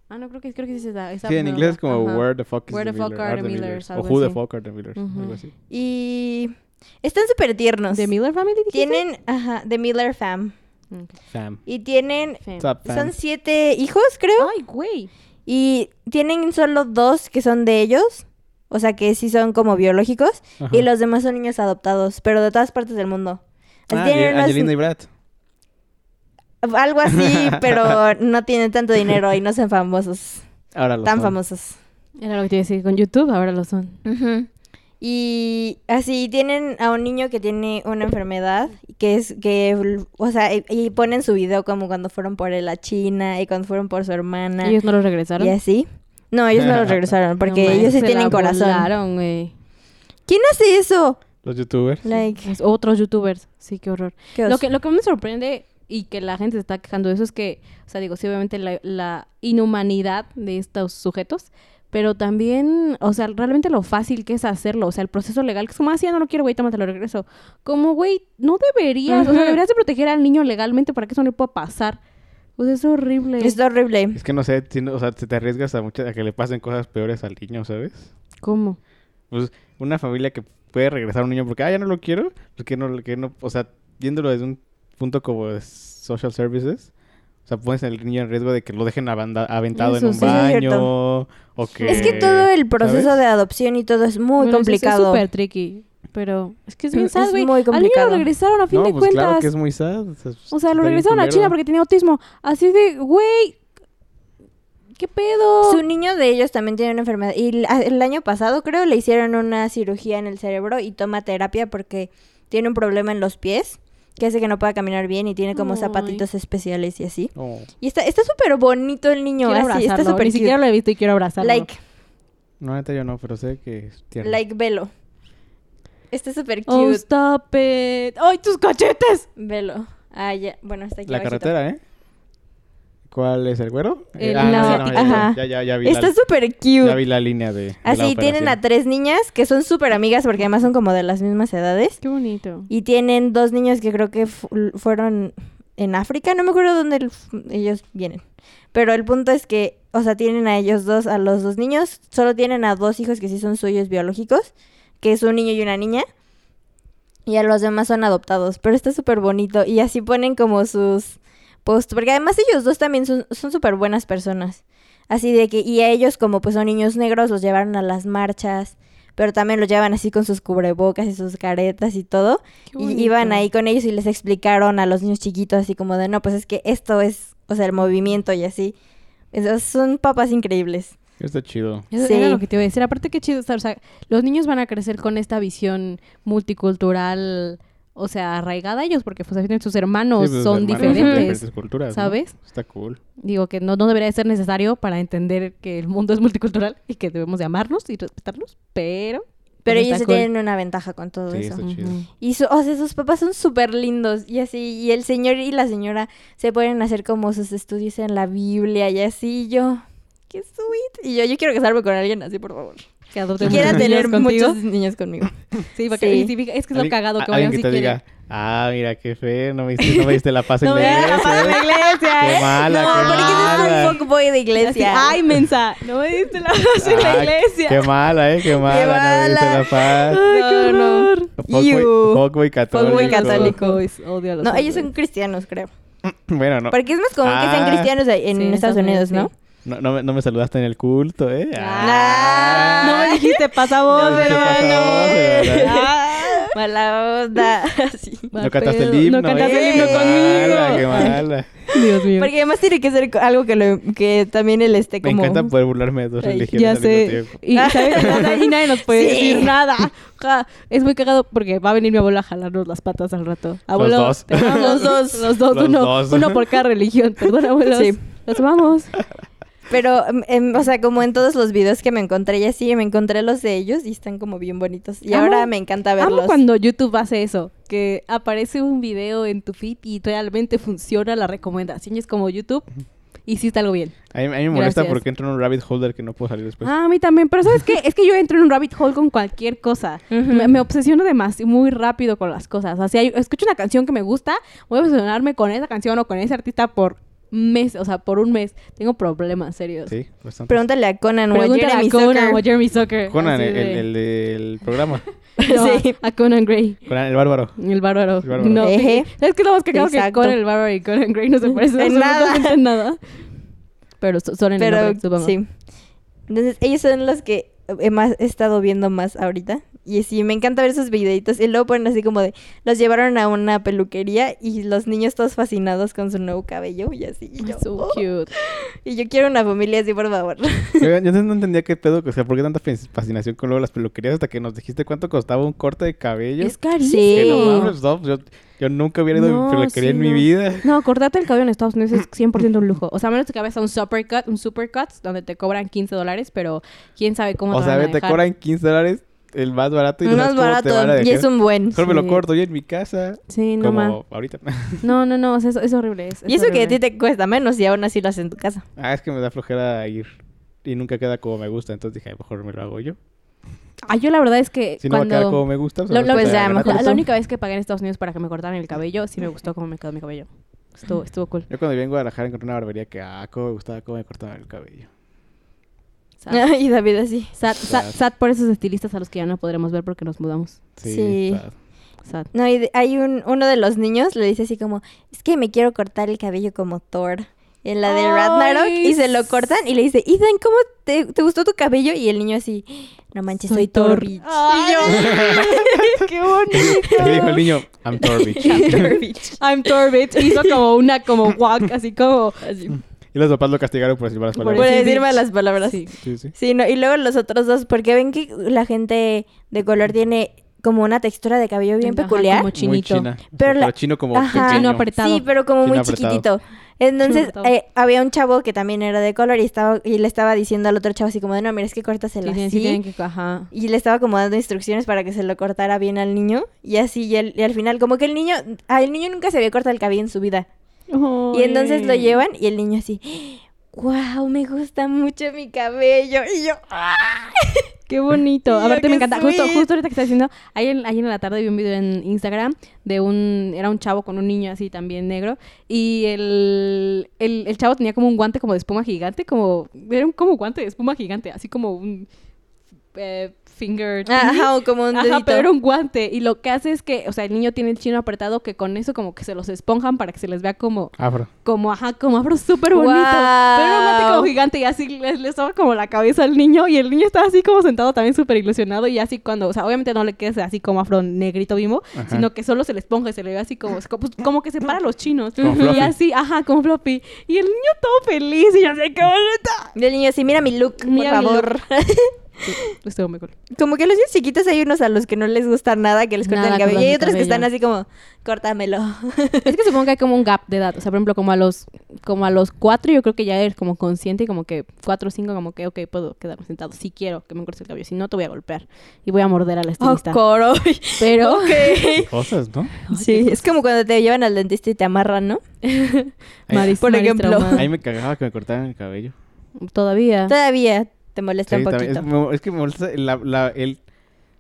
B: Ah, no, creo que, creo que sí se da.
C: Sí, en inglés es como Where the fuck is
B: Where
C: the,
B: the fuck
C: Miller?
B: are the Millers,
C: O
B: algo
C: Who the
B: así.
C: fuck are the Millers, algo
B: Ujú.
C: así.
D: Y. Están súper tiernos.
B: ¿De Miller Family dijiste?
D: Tienen. Ajá, The Miller Fam.
B: Ok.
C: Sam.
D: Y tienen.
B: Fem.
C: What's up, fam?
D: Son siete hijos, creo.
B: Ay, güey.
D: Y tienen solo dos que son de ellos. O sea, que sí son como biológicos.
C: Ajá.
D: Y los demás son niños adoptados, pero de todas partes del mundo. Así
C: Ah,
D: tienen
C: de
D: unos-
C: Angelina y Brad.
D: Algo así, pero no tienen tanto dinero y no son famosos.
C: Ahora los
D: tan
C: son.
D: famosos.
B: Era lo que te iba a decir con YouTube, ahora lo son.
D: Y así tienen a un niño que tiene una enfermedad, que es que, o sea, y, y ponen su video como cuando fueron por él a China y cuando fueron por su hermana.
B: Ellos no lo regresaron.
D: Y así. No, ellos no los regresaron porque
B: No manches,
D: ellos sí
B: se
D: tienen
B: la
D: corazón.
B: volaron, güey.
D: ¿Quién hace eso?
C: Los youtubers.
D: Like,
B: Es otros youtubers. Sí, qué horror.
D: ¿qué
B: Lo
D: os-
B: que, lo que me sorprende y que la gente se está quejando de eso es que, o sea, digo, sí, obviamente la, la inhumanidad de estos sujetos, pero también, o sea, realmente lo fácil que es hacerlo, o sea, el proceso legal, que es como, ah, sí, ya no lo quiero, güey, toma, te lo regreso. Como, güey, no deberías, o
D: Ujú.
B: sea, deberías de proteger al niño legalmente para que eso no le pueda pasar. Pues es horrible.
D: Es horrible.
C: Es que no sé, tiene- o sea, te, te arriesgas a, muchas- a que le pasen cosas peores al niño, ¿sabes?
B: ¿Cómo?
C: Pues una familia que puede regresar un niño porque, ah, ya no lo quiero, porque no, que no, o sea, viéndolo desde un punto como de social services, o sea, pones al niño en riesgo de que lo dejen abanda- aventado
D: Eso
C: en un
D: sí es
C: baño,
D: cierto.
C: o que...
D: Es que todo el proceso
C: ¿sabes?
D: de adopción y todo es muy
B: Bueno, eso sí Es
D: complicado.
B: súper tricky. Pero es que es bien
D: Es
B: sad, güey.
D: muy
B: Al niño
D: complicado.
B: lo regresaron a fin
C: no,
B: de
C: pues
B: cuentas.
C: claro que es muy sad. O sea,
B: O sea,
C: está
B: lo
C: bien
B: regresaron a
C: culero.
B: China porque tenía autismo. Así de, güey, ¿qué pedo?
D: Su niño de ellos también tiene una enfermedad. Y el- el año pasado, creo, le hicieron una cirugía en el cerebro y toma terapia porque tiene un problema en los pies que hace que no pueda caminar bien y tiene como
B: Ay.
D: zapatitos especiales y así.
C: Oh.
D: Y está está súper bonito el niño,
B: Quiero
D: así, está
B: abrazarlo.
D: súper
B: Ni
D: cute.
B: siquiera lo he visto y quiero abrazarlo.
D: Like,
C: No, neta yo no, pero sé que es tierno.
D: like velo. Está súper
B: Oh,
D: cute.
B: stop it. ¡Ay, tus cachetes!
D: Velo. Ah, ya. Bueno, está aquí
C: La
D: abajito.
C: carretera, ¿eh? ¿cuál es el güero? Eh,
B: El-
C: ah, no,
B: la-
C: ya, no, ya, ya,
D: ajá.
C: ya, ya, ya vi la,
D: Está súper
C: ya
D: cute.
C: vi la línea de, de la
D: Así Ah, tienen a
C: operación.
D: tres niñas que son súper amigas porque además son como de las mismas edades.
B: Qué bonito.
D: Y tienen dos niños que creo que fu- fueron en África, no me acuerdo dónde el- ellos vienen. Pero el punto es que, o sea, tienen a ellos dos, a los dos niños, solo tienen a dos hijos que sí son suyos biológicos, que es un niño y una niña. Y a los demás son adoptados, pero está súper bonito. Y así ponen como sus posts, porque además ellos dos también son son súper buenas personas. Así de que, y a ellos como pues son niños negros, los llevaron a las marchas, pero también los llevan así con sus cubrebocas y sus caretas y todo.
B: Qué
D: Y
B: bonito.
D: iban ahí con ellos y les explicaron a los niños chiquitos así como de, no, pues es que esto es, o sea, el movimiento y así. Entonces, son papás increíbles.
C: Está chido.
B: Eso
D: Sí.
B: era lo que te iba a decir. Aparte, qué chido. estar- O sea, los niños van a crecer con esta visión multicultural, o sea, arraigada a ellos, porque pues al final sus hermanos
C: Sí, pues,
B: son
C: hermanos de
B: diferentes.
C: diferentes culturas, ¿no?
B: ¿sabes?
C: Está cool.
B: Digo que no, no debería de ser necesario para entender que el mundo es multicultural y que debemos de amarnos y respetarnos, pero...
D: Pero
B: pues,
D: ellos
B: está
D: sí
B: cool.
D: tienen una ventaja con todo
C: Sí,
D: eso.
C: está chido.
B: Ujú.
D: Y su- o sea, sus papás son súper lindos y así, y el señor y la señora se pueden hacer como sus estudios en la Biblia y así, y yo, qué sweet. Y yo, yo quiero casarme con alguien así, por favor.
B: Que
D: Que
B: adopten
D: quiera
B: muchos
D: tener
B: niños contigo.
D: muchos niños conmigo.
B: Sí, porque
D: Sí.
B: y si fija- es que es lo
C: Alguien-
B: cagado
C: a-
B: que vayan
C: alguien que
B: si
C: te
B: quieren.
C: diga, ah, mira, qué fe, no me diste, no me diste la paz en
B: No
C: la
B: me diste
C: iglesia.
B: la paz en
C: ¿eh?
B: la iglesia,
C: Qué
B: ¿eh?
C: mala,
D: No,
C: qué
D: porque yo soy
C: mala.
D: un fuckboy de
B: Así,
D: iglesia.
B: Ay, mensa, no me diste la paz en la
C: Ah,
B: iglesia.
C: Qué mala, eh, qué mala, no me diste
D: mala.
C: la paz.
B: Ay,
D: No,
B: qué
D: no.
B: horror.
C: Fuckboy-
D: You.
C: Fuckboy católico.
D: Fuckboy católico.
B: Fuckboys, odio a los
D: no, ellos son
B: fuckboys.
D: cristianos, creo.
C: Bueno, no,
D: Porque es más común que sean
C: Ah.
D: cristianos ahí- en
B: Sí, en
D: Estados Unidos, ¿no?
C: no, no me- no me saludaste en el culto, eh.
D: Ah.
B: No me dijiste pasabos,
C: No me dijiste pasabos,
B: hermano.
C: hermano.
D: Ah, Mala onda. Sí.
C: No cantaste el himno.
B: No cantaste
C: eh.
B: el himno
C: Qué mala, qué
B: conmigo.
C: mala.
B: Dios mío.
D: Porque además tiene que ser co- algo que, lo- que también él esté
C: Me
D: como...
C: encanta poder burlarme de dos
D: Ay,
C: religiones
B: Ya
C: al mismo
B: sé.
C: tiempo.
B: Y, ¿sabes? Nada- y nadie nos puede
D: Sí.
B: decir nada. Ja, Ah, Es muy cagado porque va a venir mi abuela a jalarnos las patas al rato. Abuelo,
C: dos.
B: te amamos.
D: Los dos.
B: Los dos.
C: Los
B: uno,
C: dos.
B: uno por cada religión. Perdón, abuelos.
D: Sí.
B: Los amamos.
D: Pero, em, em, o sea, como en todos los videos que me encontré y así, me encontré los de ellos y están como bien bonitos. Y
B: Amo-
D: ahora me encanta
B: Amo
D: verlos.
B: cuando YouTube hace eso, que aparece un video en tu feed y realmente funciona la recomendación. Y es como YouTube, hiciste algo bien.
C: A mí, a mí me molesta
B: Gracias.
C: porque entro en un rabbit hole del que no puedo salir después.
B: Ah, a mí también, pero ¿sabes qué? es que yo entro en un rabbit hole con cualquier cosa.
D: Ujú.
B: me, me obsesiono demasiado, muy rápido con las cosas. O sea, si hay- escucho una canción que me gusta, voy a obsesionarme con esa canción o con ese artista por mes, o sea, por un mes. Tengo problemas serios.
C: Sí, bastante.
D: Pregúntale a Conan o a
B: Pregúntale
D: Jeremy
B: a Conan
D: Zucker.
B: o a Jeremy Zucker.
C: Conan,
B: así
C: el,
B: de-
C: el del programa.
B: No, a-
D: Sí.
B: a, Conan Gray.
C: Conan, el bárbaro.
B: El bárbaro.
C: El bárbaro.
B: No,
D: Eje.
B: es que lo más que creo que
D: Exacto.
B: Conan el bárbaro y Conan Gray no se parecen
D: En nada.
B: absolutamente en nada. Pero so- son en el
D: Pero,
B: nombre, supongo.
D: sí. Entonces, ellos son los que he, más, he estado viendo más ahorita. Y sí, me encanta ver esos videitos. Y luego ponen así como de, los llevaron a una peluquería y los niños todos fascinados con su nuevo cabello y así. Y yo,
B: So
D: "Oh".
B: cute.
D: Y yo quiero una familia así, por favor.
C: Yo, yo antes no entendía qué pedo, o sea, ¿por qué tanta fas- fascinación con luego las peluquerías hasta que nos dijiste cuánto costaba un corte de cabello?
B: Es carísimo.
C: Que
D: Sí.
C: no mames, no, yo, yo nunca hubiera ido a
B: No,
C: mi peluquería
B: sí,
C: en mi
B: no.
C: vida.
B: No, cortarte el cabello en Estados Unidos es 100% un lujo. O sea, a menos que vayas a un supercut, un supercut, donde te cobran 15 dólares, pero quién sabe cómo
C: O
B: te
C: sea,
B: van a
C: ve, te
B: dejar.
C: cobran 15 dólares el más barato y no
D: Uno
C: sabes
D: es
C: cómo te van a
D: barato y
C: dejar.
D: es un buen.
C: Mejor me lo
B: Sí.
C: corto yo en mi casa.
B: Sí, no,
C: como
B: ma.
C: ahorita.
B: No, no, no, o sea, es, es horrible. es-
D: Y
B: es
D: eso que a ti
B: horrible.
D: te cuesta menos y aún así lo haces en tu casa.
C: ah, es que me da flojera ir. Y nunca queda como me gusta. Entonces dije, "Ay, mejor me lo hago yo.
B: Ah, yo la verdad es que
C: Si no va a
B: cuando...
C: quedar como me gusta,
B: la, la-
D: Pues ya,
C: me queda
D: mejor
B: la-
C: gratis".
B: la
D: tú.
B: única vez que pagué en Estados Unidos para que me cortaran el cabello, sí me gustó cómo me quedó mi cabello. Estuvo, estuvo cool.
C: Yo cuando viví en Guadalajara encontré una barbería que, ah, cómo me gustaba cómo me cortaban el cabello.
B: Sad.
D: y David así.
B: Sad, sad,
C: Sad.
B: sad por esos estilistas a los que ya no podremos ver porque nos mudamos.
C: Sí.
D: Sí.
C: sad.
B: Sad.
D: No, y de- hay un, uno de los niños le dice así como, es que me quiero cortar el cabello como Thor. En la de
B: Ay,
D: Ragnarok y se lo cortan y le dice, Ethan, ¿cómo te, te gustó tu cabello? Y el niño así, no manches, soy,
B: Soy
D: Thor.
B: Thor.
D: bitch".
B: ¡Qué bonito!
C: Le dijo el niño, I'm Torbich.
B: I'm Torbit. Hizo como una, como walk, así como...
C: y los papás lo castigaron por silbar las
B: Por
D: Por
C: palabras.
B: eso.
D: decir malas palabras.
B: Sí.
C: Sí, sí.
D: Sí, no, y luego los otros dos, porque ven que la gente de color tiene como una textura de cabello bien
B: Ajá,
D: peculiar.
B: como
C: Muy
B: chinito.
C: china.
D: Pero la-
C: chino como
D: Ajá.
C: pequeño.
B: Chino apretado.
D: Sí, pero como
C: Sí,
D: muy
C: no apretado.
D: chiquitito. Entonces
B: apretado.
D: eh, había un chavo que también era de color y estaba y le estaba diciendo al otro chavo así como de no, mira, es que
B: Sí,
D: córtaselo
B: tienen- sí
D: así.
B: tienen que... Ajá.
D: Y le estaba como dando instrucciones para que se lo cortara bien al niño. Y así, y, el- y al final, como que el niño, al niño nunca se había cortado el cabello en su vida. Y entonces lo llevan y el niño así, wow, me gusta mucho mi cabello. Y yo, "Ah".
B: Qué bonito.
D: Mira,
B: A ver,
D: qué
B: me encanta. Justo,
D: sweet.
B: justo ahorita que estás diciendo, ayer, en- ayer en la tarde vi un video en Instagram de un, era un chavo con un niño así también negro y el, el, el chavo tenía como un guante como de espuma gigante, como, era un como guante de espuma gigante, así como un eh, finger. thingy.
D: Ajá, o como Ah, un
B: Ajá,
D: dedito.
B: pero era un guante y lo que hace es que, o sea, el niño tiene el chino apretado que con eso como que se los esponjan para que se les vea como
C: Afro.
B: como, ajá, como afro súper bonito. Pero era un guante como
D: Guau.
B: gigante y así le, le estaba como la cabeza al niño y el niño estaba así como sentado también súper ilusionado y así cuando, o sea, obviamente no le queda así como afro negrito bimbo,
C: Ajá.
B: sino que solo se le esponja y se le ve así como, como, pues, como que se para los chinos.
C: Como
B: y
C: Fluffy.
B: así, ajá, como floppy. Y el niño todo feliz y yo así, qué bonito.
D: Y el niño así, mira mi look,
B: Mira mi
D: por favor.
B: Sí, estuvo muy cool.
D: como que los niños chiquitos hay unos a los que no les gusta nada que les corten
B: Nada
D: el
B: que
D: cabello. Y hay
B: corten el
D: otros que están
B: cabello.
D: así como, córtamelo.
B: Es que supongo que hay como un gap de edad. O sea, por ejemplo, como a los, como a los cuatro, yo creo que ya eres como consciente y como que cuatro o cinco, como que, ok, puedo quedarme sentado. Si quiero que me corte el cabello. Si no, te voy a golpear. Y voy a morder a la
D: Oh,
B: estilista.
D: coro.
B: Pero,
D: Ok.
C: Cosas, ¿no?
D: Sí, es como cuando te llevan al dentista y te amarran, ¿no?
B: Maris-
D: Por
B: Maris
D: ejemplo.
B: traumada.
C: Ahí me cagaba que me cortaran el cabello.
B: Todavía.
D: Todavía te
C: Sí,
D: molesta un
C: también.
D: poquito.
C: Es, me- es que me molesta la- la- el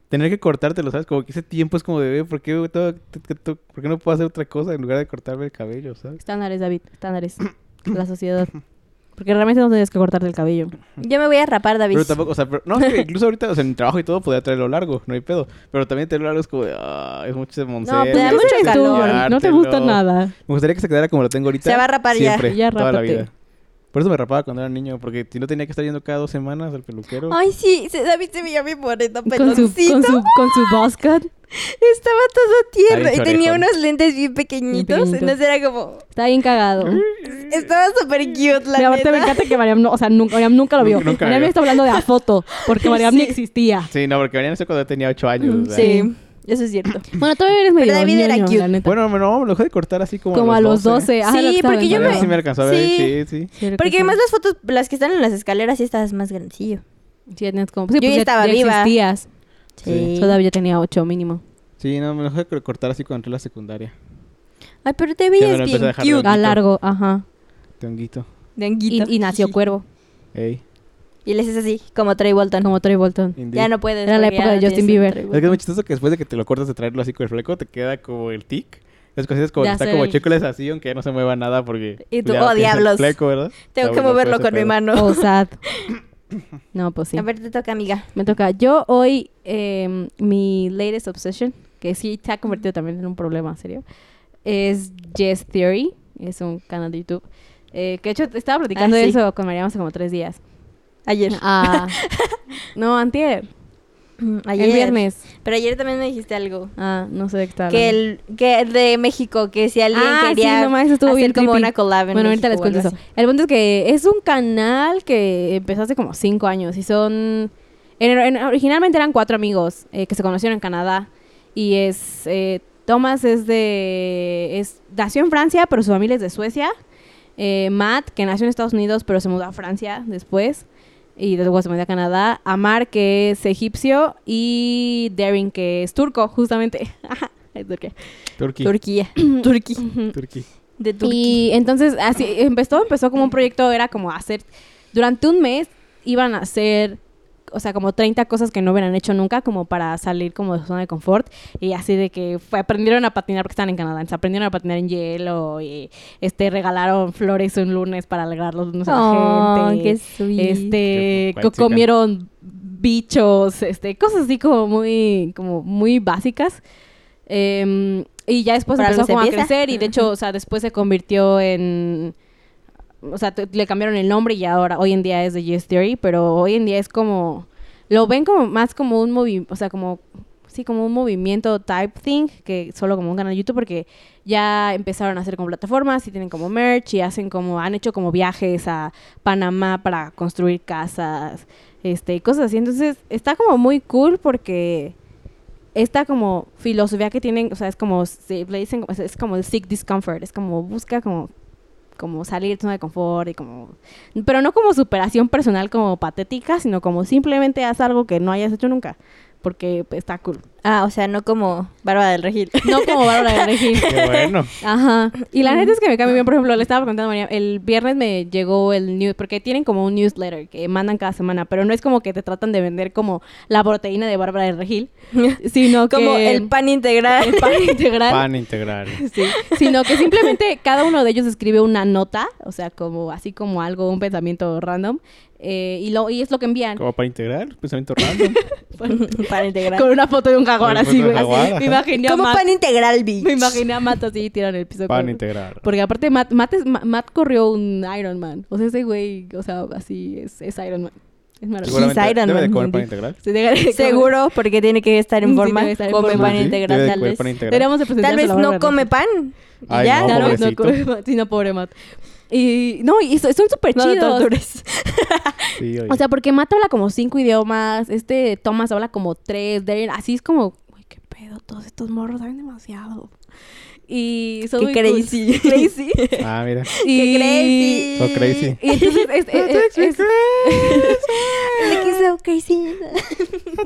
C: tener que cortártelo, ¿sabes? Como que ese tiempo es como de, "Ve, ¿por qué, todo- t- t- t- ¿por qué no puedo hacer otra cosa en lugar de cortarme el cabello, ¿sabes?
B: Estándares, David. Estándares. La sociedad. Porque realmente no tenías que cortarte el cabello.
D: Yo me voy a rapar, David.
C: Pero tampoco, o sea, pero- no, es que incluso ahorita, o sea, en mi trabajo y todo podía traerlo largo, no hay pedo. Pero también traerlo largo es como de, ah, es mucho de monser.
B: No, pues
D: da
B: ya
C: es
D: mucho
B: eres tú,
D: calor.
B: No te gusta
C: Dártelo.
B: nada.
C: Me gustaría que se quedara como lo tengo ahorita.
D: Se va a rapar ya.
C: siempre,
B: Ya
C: toda la
B: rápate.
C: vida. Por eso me rapaba cuando era niño, porque si no tenía que estar yendo cada dos semanas al peluquero.
D: Ay, sí, se- David se veía bien bonito,
B: Con su,
D: peloncito.
B: con su, con su buzz cut.
D: Estaba todo tierno
C: David
D: y tenía
C: Orejón.
D: unos lentes bien pequeñitos.
B: pequeñito.
D: entonces era como...
B: Está bien cagado.
D: Estaba súper cute, la
B: Y aparte me
D: neta.
B: encanta que Mariam no, o sea, nunca, Mariam nunca lo vio.
C: Nunca- nunca
B: Mariam
C: vio.
B: está hablando de la foto, porque Mariam ni existía.
C: Sí, no, porque venía a cuando yo tenía ocho años. o sea.
D: Sí, eso es cierto.
B: Bueno, todavía eres medio
D: David era
B: ñoño,
D: cute.
B: la neta.
C: Bueno, no, me lo dejé de cortar así como,
B: como, a los 12. ajá,
D: Sí,
B: lo que estaba
D: porque yo
C: Mariana
B: pensando.
D: me-
C: sí me alcanzó a ver,
D: Sí.
C: sí, sí.
B: Sí, creo que
D: Porque
B: sí.
D: además las fotos, las que están en las escaleras, sí estás más grandecillo.
B: Sí, tenías como- sí,
D: Yo
B: pues
D: ya
B: ya-
D: estaba
B: ya
D: viva.
B: existías.
C: Sí.
B: Todavía tenía 8 mínimo.
C: Sí, no, me lo dejé de cortar así cuando entré a la secundaria.
D: Ay, pero te
C: Ya me
D: veías
C: lo empecé a
D: bien
C: dejar de
D: cute.
C: Bonito.
B: A largo, ajá.
C: De honguito.
D: De
B: Y,
D: anguito.
B: y nació Cuervo,
C: Ey.
D: Y les es así, como Trey Bolton.
B: como Troy Bolton.
C: indeed.
D: Ya no puedes.
B: Era la
D: porque
B: época
D: ya
B: de
D: no tienes
B: Justin Bieber.
D: Trey
C: Es que es muy
D: Bolton.
C: chistoso que después de que te lo cortas de traerlo así con el fleco, te queda como el tic. Las cositas como
B: De
C: que está
B: hacer
C: como
B: el-
C: chicles así, aunque ya no se mueva nada porque...
D: Y tú,
C: ya no
D: oh,
C: tienes el
D: diablos.
C: Fleco, ¿verdad?
D: Tengo que
C: Está bueno,
D: moverlo
C: todo ese
D: con mi
C: pedo.
D: mano.
B: O sad. No, pues sí.
D: A ver, te toca, amiga.
B: Me toca. Yo hoy, eh, mi latest obsession, que sí se ha convertido también en un problema serio, es Jess Theory. Es un canal de YouTube. eh, que de hecho estaba platicando
D: Ah,
B: de
D: sí.
B: eso con Mariam hace como tres días.
D: Ayer.
B: Ah, no, antier.
D: Mm,
B: Ayer. El viernes.
D: Pero ayer también me dijiste algo.
B: Ah, no sé de qué estaba
D: Que
B: hablando.
D: el que el de México, que si alguien
B: Ah, sí,
D: quería
B: no mames, eso estuvo
D: hacer
B: bien
D: como
B: creepy.
D: una collab en
B: Bueno, ahorita les
D: México
B: cuento
D: o algo
B: eso. El punto es que es un canal que empezó hace como cinco años y son... en- en- originalmente eran cuatro amigos eh, que se conocieron en Canadá y es... eh, Thomas es de... Es, nació en Francia, pero su familia es de Suecia. Eh, Matt, que nació en Estados Unidos, pero se mudó a Francia después. Y luego se mudó a Canadá. Amar, que es egipcio. Y Darin, que es turco, justamente. es turco.
C: Turquí.
D: así. Turquía. Turquía.
C: Turquí.
D: De Turquía.
B: Y entonces así empezó, empezó como un proyecto, era como hacer, durante un mes iban a hacer o sea, como 30 cosas que no hubieran hecho nunca, como para salir como de su zona de confort. Y así de que fue- aprendieron a patinar porque están en Canadá. Entonces aprendieron a patinar en hielo y este, regalaron flores un lunes para alegrar los lunes a la
D: Oh,
B: gente.
D: qué sweet.
B: Este,
C: Qué
B: co-
C: white chicken.
B: comieron bichos, este, cosas así como muy, como muy básicas. Em, y ya después
D: Por algo
B: empezó
D: se
B: como a
D: empieza.
B: crecer y de hecho, o sea, después se convirtió en... O sea, te- le cambiaron el nombre y ahora, hoy en día es de Yes Theory, pero hoy en día es como... Lo ven como más como un movimiento, o sea, como... Sí, como un movimiento type thing, que solo como un canal de YouTube, porque ya empezaron a hacer como plataformas y tienen como merch y hacen como, han hecho como viajes a Panamá para construir casas, este, y cosas así. Entonces, está como muy cool porque esta como filosofía que tienen, o sea, es como, se- le dicen, o sea, es como el sick discomfort, es como busca como como salir de tu zona de confort y como pero no como superación personal como patética sino como simplemente haz algo que no hayas hecho nunca porque está cool
D: Ah, o sea, no como Barba del Regil.
B: no como Bárbara de Regil
C: Qué bueno.
B: Ajá. Y la neta es que me cae muy bien. Por ejemplo, le estaba contando a María, el viernes me llegó el news, porque tienen como un newsletter que mandan cada semana, pero no es como que te tratan de vender como la proteína de Bárbara de Regil, sino
D: como
B: que
D: el pan integral.
B: el pan integral.
C: Pan integral.
B: Sí, sino que simplemente cada uno de ellos escribe una nota, o sea, como así como algo, un pensamiento random, eh, y, lo, y es lo que envían.
C: Como pan integral, pues, pensamiento random.
D: pan integral.
B: Con una foto de un jaguar
C: Con una
B: así,
C: foto de
B: güey.
C: jaguar,
B: Me
C: ajá.
B: imaginé a
D: Como
B: Matt-
D: pan integral, bitch.
B: me imaginé a Matt así tirando el piso.
C: Pan
B: con-
C: integral.
B: Porque aparte Matt, Matt, es- Ma- Matt corrió un Iron Man. O sea, ese güey, o sea, así es, es Iron Man. Es maravilloso.
C: Seguramente
D: Iron
C: debe de
D: Man,
C: comer pan
D: Bundy.
C: integral.
B: Se deja de comer.
D: Seguro, porque tiene que estar
B: Sí,
D: en forma.
B: debe estar en
D: come
B: forma.
D: pan
C: Sí,
D: integral,
C: debe de
D: tal
C: comer
D: vez.
C: pan integral.
B: Deberíamos de
D: Tal
B: presentárselo
D: vez
B: a Bárbara
D: no
B: Hernández.
D: come pan. y
C: Ay,
D: ya.
C: no,
B: Tal vez no
C: pobrecito.
B: come Matt. Sí, no, pobre Matt. Y no, y so- son súper
D: No lo
B: chidos.
D: tortures.
C: Sí, oye.
B: o sea, porque Matt habla como cinco idiomas. Este Thomas habla como tres. Darren, así es como, güey, qué pedo. Todos estos morros saben demasiado. Y son
D: Qué
B: muy cool.
D: crazy.
B: Crazy.
C: Ah, mira.
B: Y-
D: ¡Qué crazy!
C: So crazy.
B: Y entonces es- es- es-
D: Like, it's so crazy.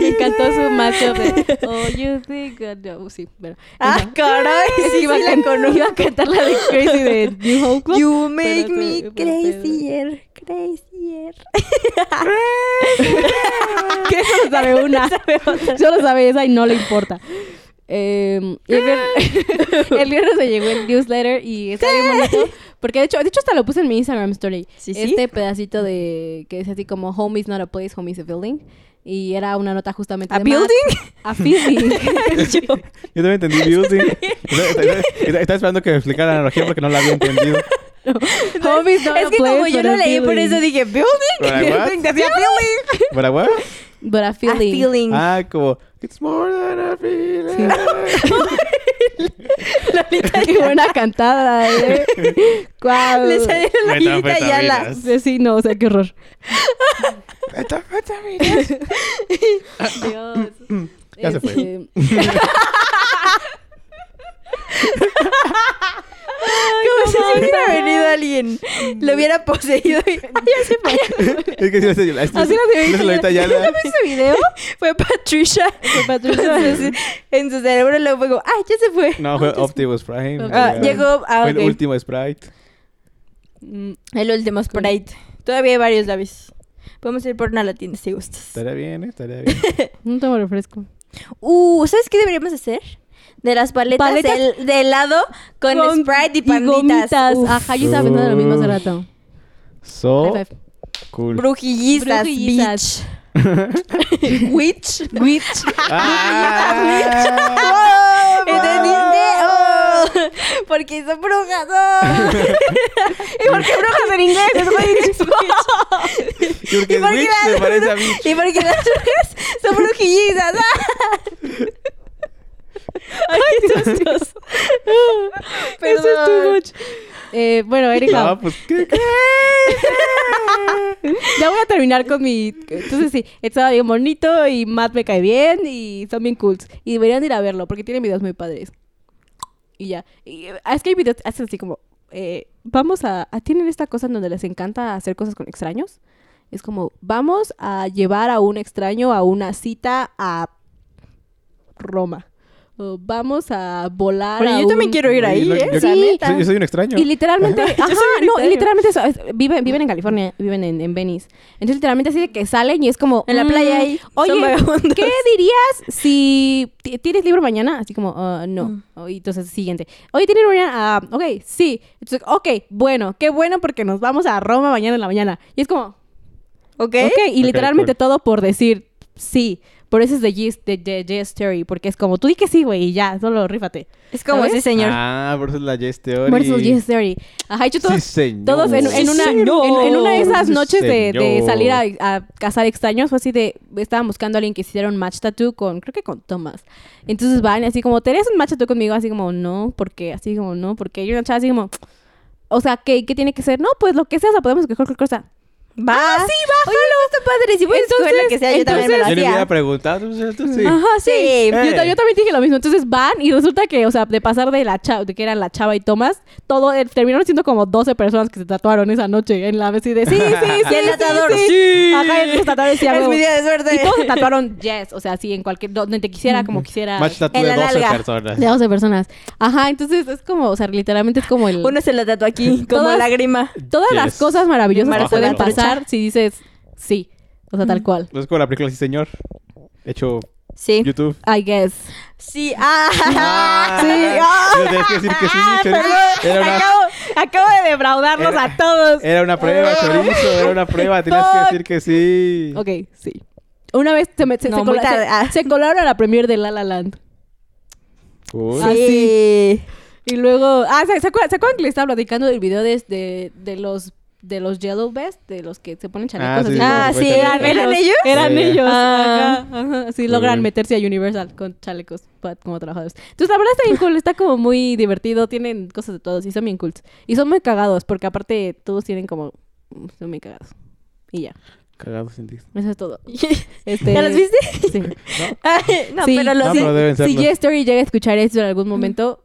B: Me encantó su matchup de Oh, you think I know". Sí, pero.
D: ¡Ah,
B: Ajá.
D: caray!
B: Es que
D: Sí,
B: iba, a
D: sí la
B: can-
D: conozco.
B: iba a cantar la de Crazy de New Hope Club.
D: You make
B: pero
D: me
B: te- pero te-
D: crazier, crazier.
B: Que solo sabe una. Solo sabe esa y no le importa. Eh, y el, viernes, el viernes me llegó el newsletter y está bien bonito. Porque de hecho, de hecho hasta lo puse en mi Instagram story.
D: Sí, sí.
B: este pedacito de que es así como Home is not a place, home is a building. Y era una nota justamente
D: ¿A
B: de Matt.
D: building?
B: A building.
C: Yo también entendí building. Estaba- Estaba estaba esperando que me explicara la analogía porque no la había entendido.
B: Home is not
D: Es
B: a
D: que como
B: place,
D: yo
B: but
D: no
B: a
D: leí, por
B: building.
D: eso dije, ¿building?
C: Right, what?
D: Building, decía building.
C: ¿Para what?
B: But a
D: A
B: feeling.
D: feeling.
C: Ah, como. It's more than a feeling.
B: Qué buena cantada, ¿eh? Guau.
D: Le salió la
C: Metanfetaminas.
D: Lolita Ayala.
B: Sí, sí, no, o sea, qué horror.
C: Metanfetaminas.
B: Dios.
C: Ya se fue.
B: Este,
D: Como si se hubiera venido alguien. Lo hubiera poseído y... ¡Ay, ya se fue!
C: Es que si no es
B: Así la
C: si no es Lolita Ayala.
D: ¿Viste ese video? Fue Patricia.
B: fue Patricia.
D: en su cerebro luego fue como, ¡ay, ya se fue!
C: No, fue Optimus Prime.
D: Ah,
C: Eh,
D: llegó... Ah,
C: Fue
D: ok.
C: el último Sprite.
B: Mm,
D: El último Sprite. Todavía hay varios labios. Podemos ir por una a la tienda si gustas.
C: Estaría bien, ¿eh? Estaría bien.
B: No tomo refresco.
D: Uh, ¿sabes qué deberíamos hacer? De las paletas,
B: Paletas.
D: del- de helado con, Sprite y panditas.
B: gomitas. Ah.
D: Uf,
B: Ajá, yo estaba pensando lo mismo hace rato. High
C: So
B: five.
C: cool.
D: brujillizas,
B: Brujillizas.
D: bitch. Witch.
B: Witch.
C: Ah.
D: ¡Oh! ¿Entendiste? ¡Oh! Porque son brujas. ¡Oh! ¿Y por qué brujas en inglés? Es witch.
C: Y Porque
D: por qué
C: Witch
D: la-
C: me parece a Witch.
D: ¿Y por qué las brujas son brujillizas? ¡Ah!
B: Ay, qué sustoso. Eso es too
D: Perdón.
B: much. Eh, bueno, Erika.
C: No, pues qué. qué?
B: Ya voy a terminar con mi... Entonces sí, estaba bien bonito y Matt me cae bien y son bien cool. Y deberían ir a verlo porque tiene videos muy padres. Y ya. Y, eh, es que hay videos, hacen así como... eh, vamos a, a- Tienen esta cosa en donde les encanta hacer cosas con extraños. Es como, vamos a llevar a un extraño a una cita a Roma. o vamos a volar.
D: Oye,
B: a
D: yo también
B: un-
D: quiero ir ahí,
C: Yo-
D: ¿eh?
C: yo-
D: O sea,
B: Sí.
D: neta.
C: Yo, yo soy un extraño.
B: Y literalmente, ajá, no, y
D: extraño.
B: literalmente eso, es- viven, viven en California, viven en, en Venice. Entonces literalmente así de que salen y es como...
D: En la
B: mm,
D: playa ahí.
B: Oye,
D: son vagabundos.
B: ¿qué dirías si ti- tienes libro mañana? Así como, "Ah, no.
D: Mm.
B: Oh, y entonces, siguiente. Oye, ¿tienes libro mañana? Ah, ok, sí. Entonces, ok, bueno, qué bueno porque nos vamos a Roma mañana en la mañana. Y es como,
D: ¿Ok?
B: Ok, y
C: Ok,
B: literalmente
C: cool.
B: todo por decir sí. Por eso es de Yes, de, de Yes Theory, porque es como, tú di que sí, güey, y ya, solo rífate.
D: Es como,
B: ¿Sabes?
D: sí, señor.
C: Ah, por eso es la Yes Theory.
B: Versus Yes Theory. Ajá, hecho
C: Sí,
B: todos,
C: señor.
B: todos en, en
D: Sí,
B: una, en,
D: señor.
B: en una de esas
C: Sí,
B: noches de, de
C: señor.
B: salir a, a cazar extraños, fue así de, estaban buscando a alguien que hiciera un match tattoo con, creo que con Thomas. Entonces van y así como, ¿tenés un match tattoo conmigo? Así como, no, ¿por qué? Así como, no, ¿por qué? Y una chava así como, o sea, ¿qué, qué tiene que ser? No, pues lo que sea, o sea, podemos escoger cualquier cosa.
D: Va. Ah, sí, bájalo. Oye, está padre. Si voy a escoger la que sea, yo también me
C: Yo
D: la
C: le hubiera
D: hacía.
C: preguntado, ¿no es cierto? Sí.
B: Ajá, sí.
D: Sí.
B: Yo, ta- yo también dije lo mismo. Entonces van y resulta que, o sea, de pasar de la chava, de que eran la chava y Tomás, todo, eh, terminaron siendo como 12 personas que se tatuaron esa noche en la vez y de sí, sí, sí.
D: Y Ah, el
B: sí,
D: tatuador,
B: sí.
D: sí.
B: Ajá, y los tatuadores decían,
D: Es mi
B: "Huevo".
D: día de suerte.
B: Y todos se tatuaron yes, o sea, sí, en cualquier, donde te quisiera, como quisiera.
C: Match
B: De
C: tattoo
D: en
C: de
D: la
C: 12
D: nalga.
C: personas.
B: 12 personas. Ajá, entonces es como, o sea, literalmente es como el...
D: Uno se lo tatuó aquí, como
B: Todas-
D: lágrima.
B: todas las
C: Yes.
B: cosas maravillosas que
C: Bajo
B: pueden
C: la trucha.
B: pasar si dices sí. O sea, tal cual.
C: No es como la película, sí, señor. Hecho
D: Sí.
C: YouTube.
B: I guess.
D: Sí. Ah.
C: Sí,
D: ah.
C: Tienes que decir que sí, chorizo. Era una,
D: Acabo, acabo de defraudarnos
C: Era-
D: a todos.
C: era una
D: Ah.
C: prueba, chorizo. Era una prueba. Tenías que decir que sí.
B: Ok, sí. Una vez se, me- se-
D: No,
B: se
D: muy
B: cola-
D: tarde.
B: se-
D: Ah.
B: se colaron a la premier de La La Land.
C: Uy.
B: Ah,
D: Sí.
B: Y luego... Ah, ¿se, se acuerdan, se acuerdan que les estaba platicando del video de, de, de los... De los Yellow Vest, de los que se ponen chalecos
C: sí,
B: así.
C: sí,
D: Ah,
C: sí,
D: sí,
C: sí.
D: eran, eran
B: Eran-
D: ellos.
B: Eran
C: Sí.
B: ellos.
D: Ah.
B: Ajá, ajá. Sí, logran
C: bien.
B: meterse a Universal con chalecos pa- como trabajadores. Entonces, la verdad está bien cool. Está como muy divertido. Tienen cosas de todos y son bien cool. Y son muy cagados porque aparte todos tienen como... Son muy cagados. Y ya.
C: Cagado sin ti.
B: Eso es todo. Este,
D: ¿Ya los viste?
B: Sí.
D: Ay, no,
B: Sí.
D: pero los
C: No,
D: sí.
C: Ah, pero deben
B: si
C: serlo.
B: Yes Story llega a escuchar esto en algún momento,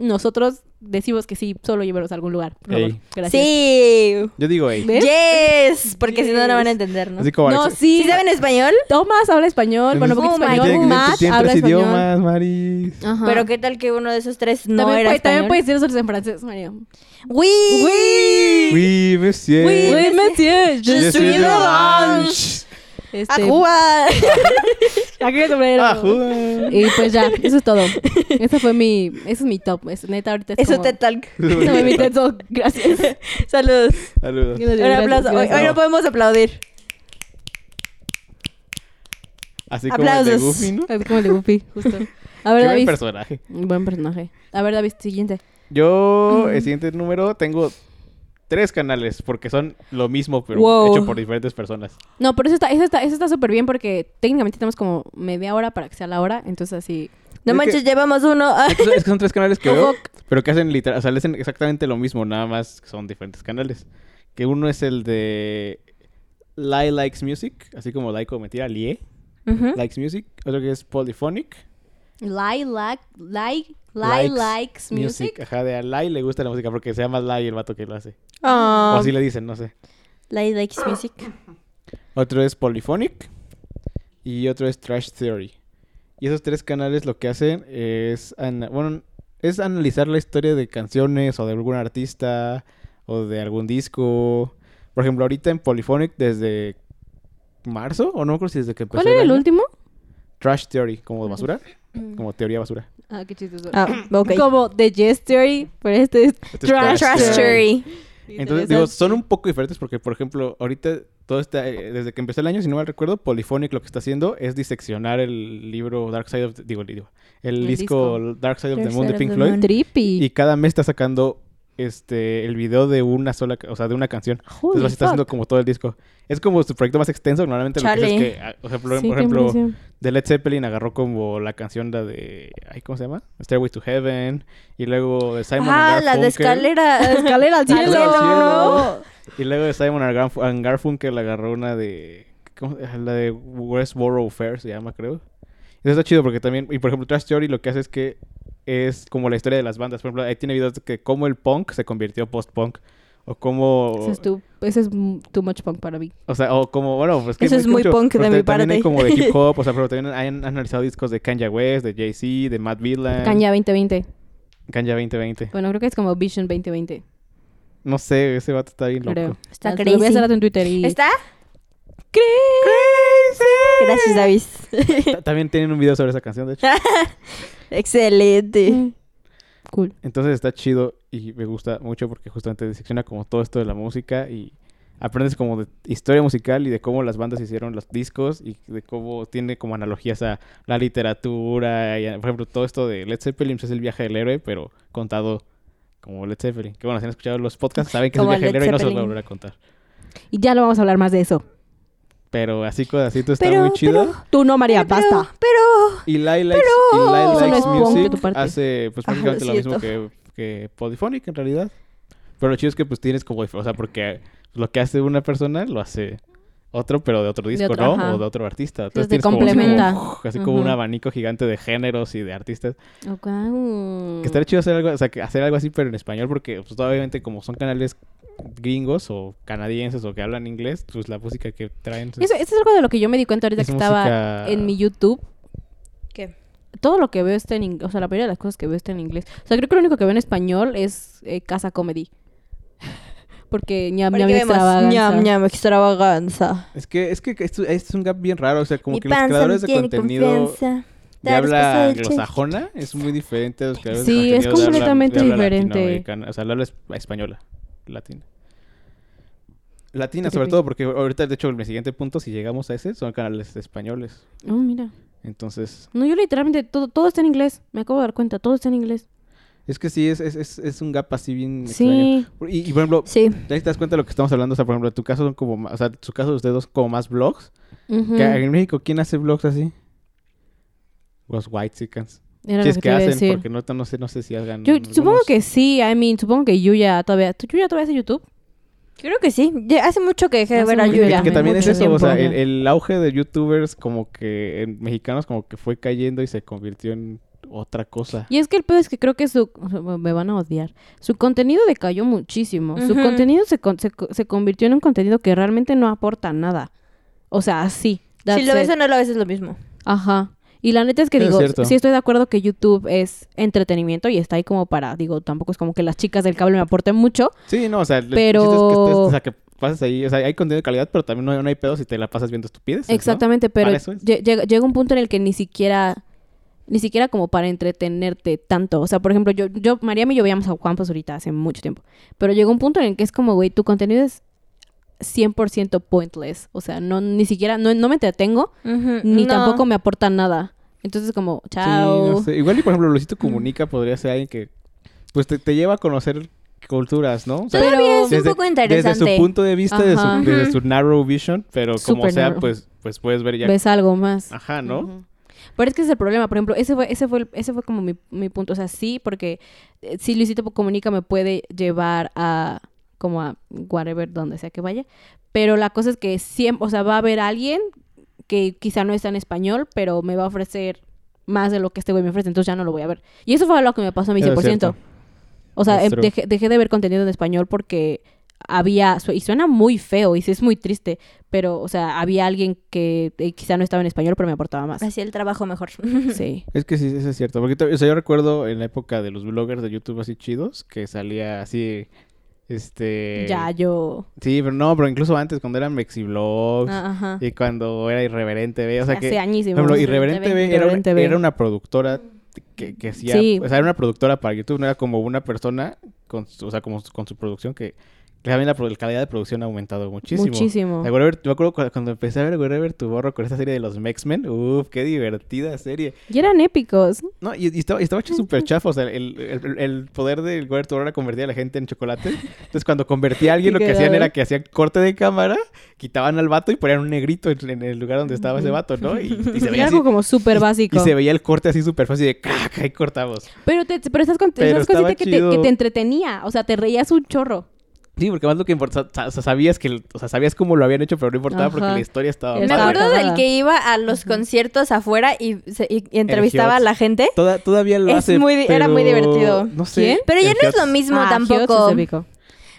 B: nosotros decimos que sí, solo llévenos a algún lugar. Por favor.
C: Ey.
B: Gracias.
D: Sí.
C: Yo digo, ey.
B: ¿Ves?
D: Yes, ¿Eh? porque si no, no van a
B: Yes.
D: entender, ¿no?
C: Así como
B: No,
C: Alex-
B: sí.
D: ¿Sí saben español?
B: Thomas habla español, bueno, porque
D: Oh my
B: español,
D: God.
B: Matt
C: Tiene
B: habla
C: tres
B: español.
C: idiomas, Maris.
B: Ajá.
D: Pero qué tal que uno de esos tres no
B: también,
D: era
B: puede, también
D: español.
B: puedes decir nosotros en francés, María.
D: ¡Uy!
C: Oui, monsieur.
D: Oui,
B: Oui,
D: je
B: monsieur,
D: suis
C: Je suis
D: de
C: d'Orange.
D: ¡A
B: Este,
D: jugar!
B: aquí en el sombrero.
C: Ah, joder.
B: Y pues ya, eso es todo. Eso fue mi, eso es mi top. Es, neta, ahorita es
D: Eso
B: como-
D: te talk.
B: Eso fue mi TED Talk. Gracias.
D: Saludos.
C: Saludos.
D: Un aplauso. Hoy, hoy no podemos aplaudir.
C: Así como el de
D: Aplausos.
C: Goofy, ¿no?
B: Así como el de Goofy, justo. A
C: Qué
B: ver,
C: buen
B: David.
C: personaje.
B: Buen personaje. A ver, David, siguiente.
C: Yo, el siguiente número, tengo tres canales porque son lo mismo, pero
D: Wow.
C: hecho por diferentes personas.
B: No, pero eso está eso está, eso está súper bien porque técnicamente tenemos como media hora para que sea la hora, entonces así.
D: No
C: Es
D: manches, llevamos uno. Ah.
C: Es que son, es que son tres canales que
B: Ojo.
C: veo, pero que hacen literal, o sea, le hacen exactamente lo mismo, nada más que son diferentes canales. Que uno es el de Lai Likes Music, así como Lai como mentira, Lie
D: Ujú.
C: Likes Music. Otro que es Polyphonic.
B: Lie, like, like, lie
C: Lai
B: likes music.
C: Ajá, de a Lai le gusta la música porque se llama Lai el vato que lo hace.
D: Ah.
C: O así le dicen, no sé.
D: Light Likes Music.
C: Otro es Polyphonic. Y otro es Trash Theory. Y esos tres canales lo que hacen es, ana- bueno, es analizar la historia de canciones o de algún artista o de algún disco. Por ejemplo, ahorita en Polyphonic desde marzo o no creo si desde que empezó.
B: ¿Cuál era el
C: año.
B: último?
C: Trash Theory, como basura, como teoría basura.
B: Ah, qué chistoso.
D: Ah, ok.
B: Como The Yes Theory, pero este es
C: Este es
B: Trash,
C: Trash
D: Trash
B: Theory.
D: Cherry.
C: Entonces, digo, son un poco diferentes porque, por ejemplo, ahorita todo está, eh, desde que empezó el año, si no mal recuerdo, Polyphonic lo que está haciendo es diseccionar el libro Dark Side of, the- digo, el, libro, el,
B: El
C: disco, Dark Side of the Moon de Pink Floyd.
D: Moon.
B: Trippy.
C: Y cada mes está sacando este el video de una sola, ca- o sea, de una canción.
B: Holy
C: Entonces, lo está
B: fuck.
C: haciendo como todo el disco. Es como su proyecto más extenso. Normalmente lo que hace
D: Chale.
C: es que, ah, o sea, por,
B: Sí,
C: por
B: qué
C: ejemplo,
B: impresión.
C: de Led Zeppelin agarró como la canción la de, ay, ¿cómo se llama? Stairway to Heaven. Y luego de Simon
D: Ah,
C: and
D: la de
C: Garfunkel.
D: escalera.
B: La escalera al
D: Al
B: cielo.
D: cielo.
C: Y luego de Simon and Garf- and Garfunkel agarró una de... ¿cómo? La de Westboro Fair se llama, creo. Eso está chido porque también... Y por ejemplo, Trash Theory lo que hace es que es como la historia de las bandas. Por ejemplo, ahí tiene videos de que cómo el punk se convirtió post-punk. O cómo...
B: Eso es, tu- eso es m- too much punk para mí.
C: O sea, o como, bueno, pues que
D: Eso es muy punk de
C: pero
D: mi
C: ta- también
D: parte.
C: hay como de hip hop, o sea, pero también han, han analizado discos de Kanye West, de Jay-Z, de Matt Villan.
B: Caña 2020.
C: Kanye 2020.
B: Bueno, creo que es como Vision 2020.
C: No sé, ese vato está bien loco.
B: Creo.
D: Está
B: Ah, Lo voy a
D: crazy.
B: hacer en Twitter y...
D: ¿Está?
C: ¡Crazy!
D: Gracias, David.
C: Ta- También tienen un video sobre esa canción, de hecho.
D: Excelente.
B: Mm. Cool.
C: Entonces está chido y me gusta mucho porque justamente disecciona como todo esto de la música y aprendes como de historia musical y de cómo las bandas hicieron los discos y de cómo tiene como analogías a la literatura y a- por ejemplo todo esto de Led Zeppelin pues, es el viaje del héroe pero contado como Led Zeppelin. Que bueno, si han escuchado los podcasts saben que es el
D: Como
C: viaje del
D: Led
C: héroe y no se los voy a
D: Zeppelin.
C: volver a contar.
B: Y ya lo vamos a hablar más de eso.
C: Pero así codacito está
D: Pero-
C: muy chido.
B: Tú no, María, basta.
D: Pero.
C: Y Lai Likes,
D: Pero-
C: y Lai
D: Eso no
C: Likes
D: es punk de
C: Music
B: tu parte.
C: hace pues
D: Ah, lo
C: prácticamente lo, mismo que, que Polyphonic en realidad. Pero lo chido es que pues tienes como, o sea, porque lo que hace una persona lo hace otro, pero de otro disco,
B: otro,
C: ¿no?
B: ajá.
C: O de otro artista.
B: Entonces
C: Entonces
B: te
C: tienes como así como,
B: complementa.
C: uf, así como un
B: Ujú.
C: abanico gigante de géneros y de artistas.
B: Ok.
C: Que estaría chido hacer algo, o sea, que hacer algo así, pero en español, porque pues obviamente como son canales gringos o canadienses o que hablan inglés, pues la música que traen pues, es-
B: Eso, eso es algo de lo que yo me di cuenta ahorita
C: es
B: que estaba
C: música-
B: en mi YouTube.
D: ¿Qué?
B: Todo lo que veo está en inglés. O sea, la mayoría de las cosas que veo está en inglés. O sea, creo que lo único que veo en español es eh, Casa Comedy. Porque ñam ñam extravaganza.
D: Ñam, ñam, extravaganza.
C: Es que, es que esto, esto es un gap bien raro, o sea, como
D: Mi
C: que los
D: panza
C: creadores
D: no
C: de
D: tiene
C: contenido
D: confianza.
C: de
D: Dar esposa
C: habla
D: del
C: anglosajona es muy diferente a los creadores de
B: Sí,
C: contenido
B: es
C: de habla- de
B: completamente
C: habla
B: diferente.
C: latinoamericana, O sea, la habla es- española, latina. Latina, sobre
B: Ok.
C: todo, porque ahorita, de hecho, el siguiente punto, si llegamos a ese, son canales españoles.
B: Oh, mira.
C: Entonces,
B: No, yo literalmente todo, todo está en inglés. Me acabo de dar cuenta. Todo está en inglés.
C: es que sí, es, es, es, es un gap así bien extraño.
B: Sí.
C: Y, y, por ejemplo,
D: Sí.
C: ahí te das cuenta de lo que estamos hablando, o sea, por ejemplo, en tu caso son como, ma- o sea, su caso de ustedes dos como más blogs,
B: Ujú.
C: Que en México, ¿quién hace vlogs así? Los white chickens.
B: Era
C: si
B: lo
C: es
B: que
C: que,
B: te iba a
C: hacen,
B: decir.
C: porque no, no, sé, no sé si hagan.
B: Yo
C: algunos-
B: supongo que sí. I mean, supongo que Yuya todavía... ¿Tú Yuya todavía hace YouTube?
D: Creo que sí. Ya hace mucho que dejé de
B: Hace
D: ver a
B: mucho
C: Que,
D: Yuya.
C: que también es
B: mucho
C: eso, o sea, el,
B: tiempo.
C: el auge de youtubers como que en mexicanos como que fue cayendo y se convirtió en otra cosa.
B: Y es que el pedo es que creo que su... Me van a odiar. Su contenido decayó muchísimo. Su
D: Ujú.
B: contenido se, con- se, co- se convirtió en un contenido que realmente no aporta nada. O sea, sí.
D: Si lo ves o no lo ves es lo mismo.
B: Ajá. Y la neta es que
C: Es
B: digo,
C: cierto.
B: sí estoy de acuerdo que YouTube es entretenimiento y está ahí como para... Digo, tampoco es como que las chicas del cable me aporten mucho.
C: Sí, no, o sea, el- el
B: Pero-
C: chiste es que estés- o sea, que pases ahí, o sea, hay contenido de calidad, pero también no, no hay pedo si te la pasas viendo estupideces, Pues, ¿no?
B: Exactamente, pero
C: Para eso es.
B: lle- llega, llega un punto en el que ni siquiera, ni siquiera como para entretenerte tanto. O sea, por ejemplo, yo, yo, Mariam y yo veíamos a Juan pues ahorita hace mucho tiempo. Pero llegó un punto en el que es como, güey, tu contenido es 100% pointless. O sea, no, ni siquiera, no, no me entretengo, ni tampoco me aporta nada. Entonces como,
C: Sí, no
B: chao. Mm.
C: sé. Igual y por ejemplo Luisito Comunica podría ser alguien que pues te, te lleva a conocer culturas, ¿no? O sea,
D: Todavía es un
C: desde-
D: poco interesante.
C: Desde su punto de vista, de su,
B: Ajá.
C: desde
D: Ujú.
C: su narrow vision, pero como
B: Súper
C: sea,
B: narrow.
C: pues pues puedes ver ya.
B: Ves algo más.
C: Ajá, ¿no?
B: Ujú. Pero es que ese es el problema. Por ejemplo, ese fue, ese fue, el- ese fue como mi, mi punto. O sea, sí, porque eh, sí Luisito Comunica me puede llevar a como a whatever, donde sea que vaya. Pero la cosa es que siempre, o sea, va a haber alguien que quizá no está en español, pero me va a ofrecer más de lo que este güey me ofrece, entonces ya no lo voy a ver. Y eso fue lo que me pasó a mi
C: Eso es
B: 100%.
C: cierto.
B: O sea,
C: Es
B: em-
C: true.
B: dejé, dejé de ver contenido en español porque había, su- y suena muy feo, y sí es muy triste, pero, o sea, había alguien que eh, quizá no estaba en español, pero me aportaba más.
D: Hacía el trabajo mejor.
B: Sí.
C: Es que sí, eso es cierto. Porque, o sea, yo recuerdo en la época de los bloggers de YouTube así chidos, que salía así, este...
B: Ya, yo...
C: Sí, pero no, pero incluso antes, cuando eran Mexiblogs
B: Ah, Ajá.
C: y cuando era Irreverente B, o sea
B: Hace
C: que... Por
B: añísimos.
C: ejemplo, Irreverente B era,
B: Irreverente
C: una,
B: B.
C: era una productora que, que hacía...
B: Sí.
C: O sea, era una productora para YouTube, no era como una persona, con su- o sea, como, su- con su producción que... que También la, pro- la calidad de producción ha aumentado muchísimo.
B: Muchísimo.
C: La Wherever- me acuerdo cu- cuando empecé a ver Wherever tu borro con esta serie de los Mexmen. Uf, qué divertida serie.
B: Y eran épicos.
C: No, y, y estaba, y estaba hecho súper chafa. O sea, el, el- el poder del Guardia Toro era convertir a la gente en chocolate. Entonces, cuando convertía a alguien, lo que hacían era que hacían corte de cámara, quitaban al vato y ponían un negrito en, en el lugar donde estaba ese vato, ¿no? Y, y se
B: Era
C: veía así.
B: algo como súper
C: Y
B: básico.
C: se veía el corte así súper fácil de caca y cortamos.
B: Pero, te, pero esas, con-
C: Pero
B: esas
C: estaba
B: cositas que te,
C: chido.
B: que te entretenía. O sea, te reías un chorro.
C: Sí, porque más lo que importaba, o sea, sabías que, el- o sea, sabías cómo lo habían hecho, pero no importaba porque
B: Ajá.
C: la historia estaba.
B: Me
D: Me
C: padre.
D: acuerdo
B: Estaba-
D: del que iba a los conciertos afuera y, se- y- y entrevistaba a
C: Hiots.
D: la gente.
C: Toda- todavía lo
D: Es
C: hace.
D: muy di- era muy
C: pero
D: divertido.
C: No sé.
B: ¿Quién?
D: Pero ya
C: El
D: no es lo
C: Hiots.
D: mismo
B: Ah, Hiots
D: tampoco.
B: es épico.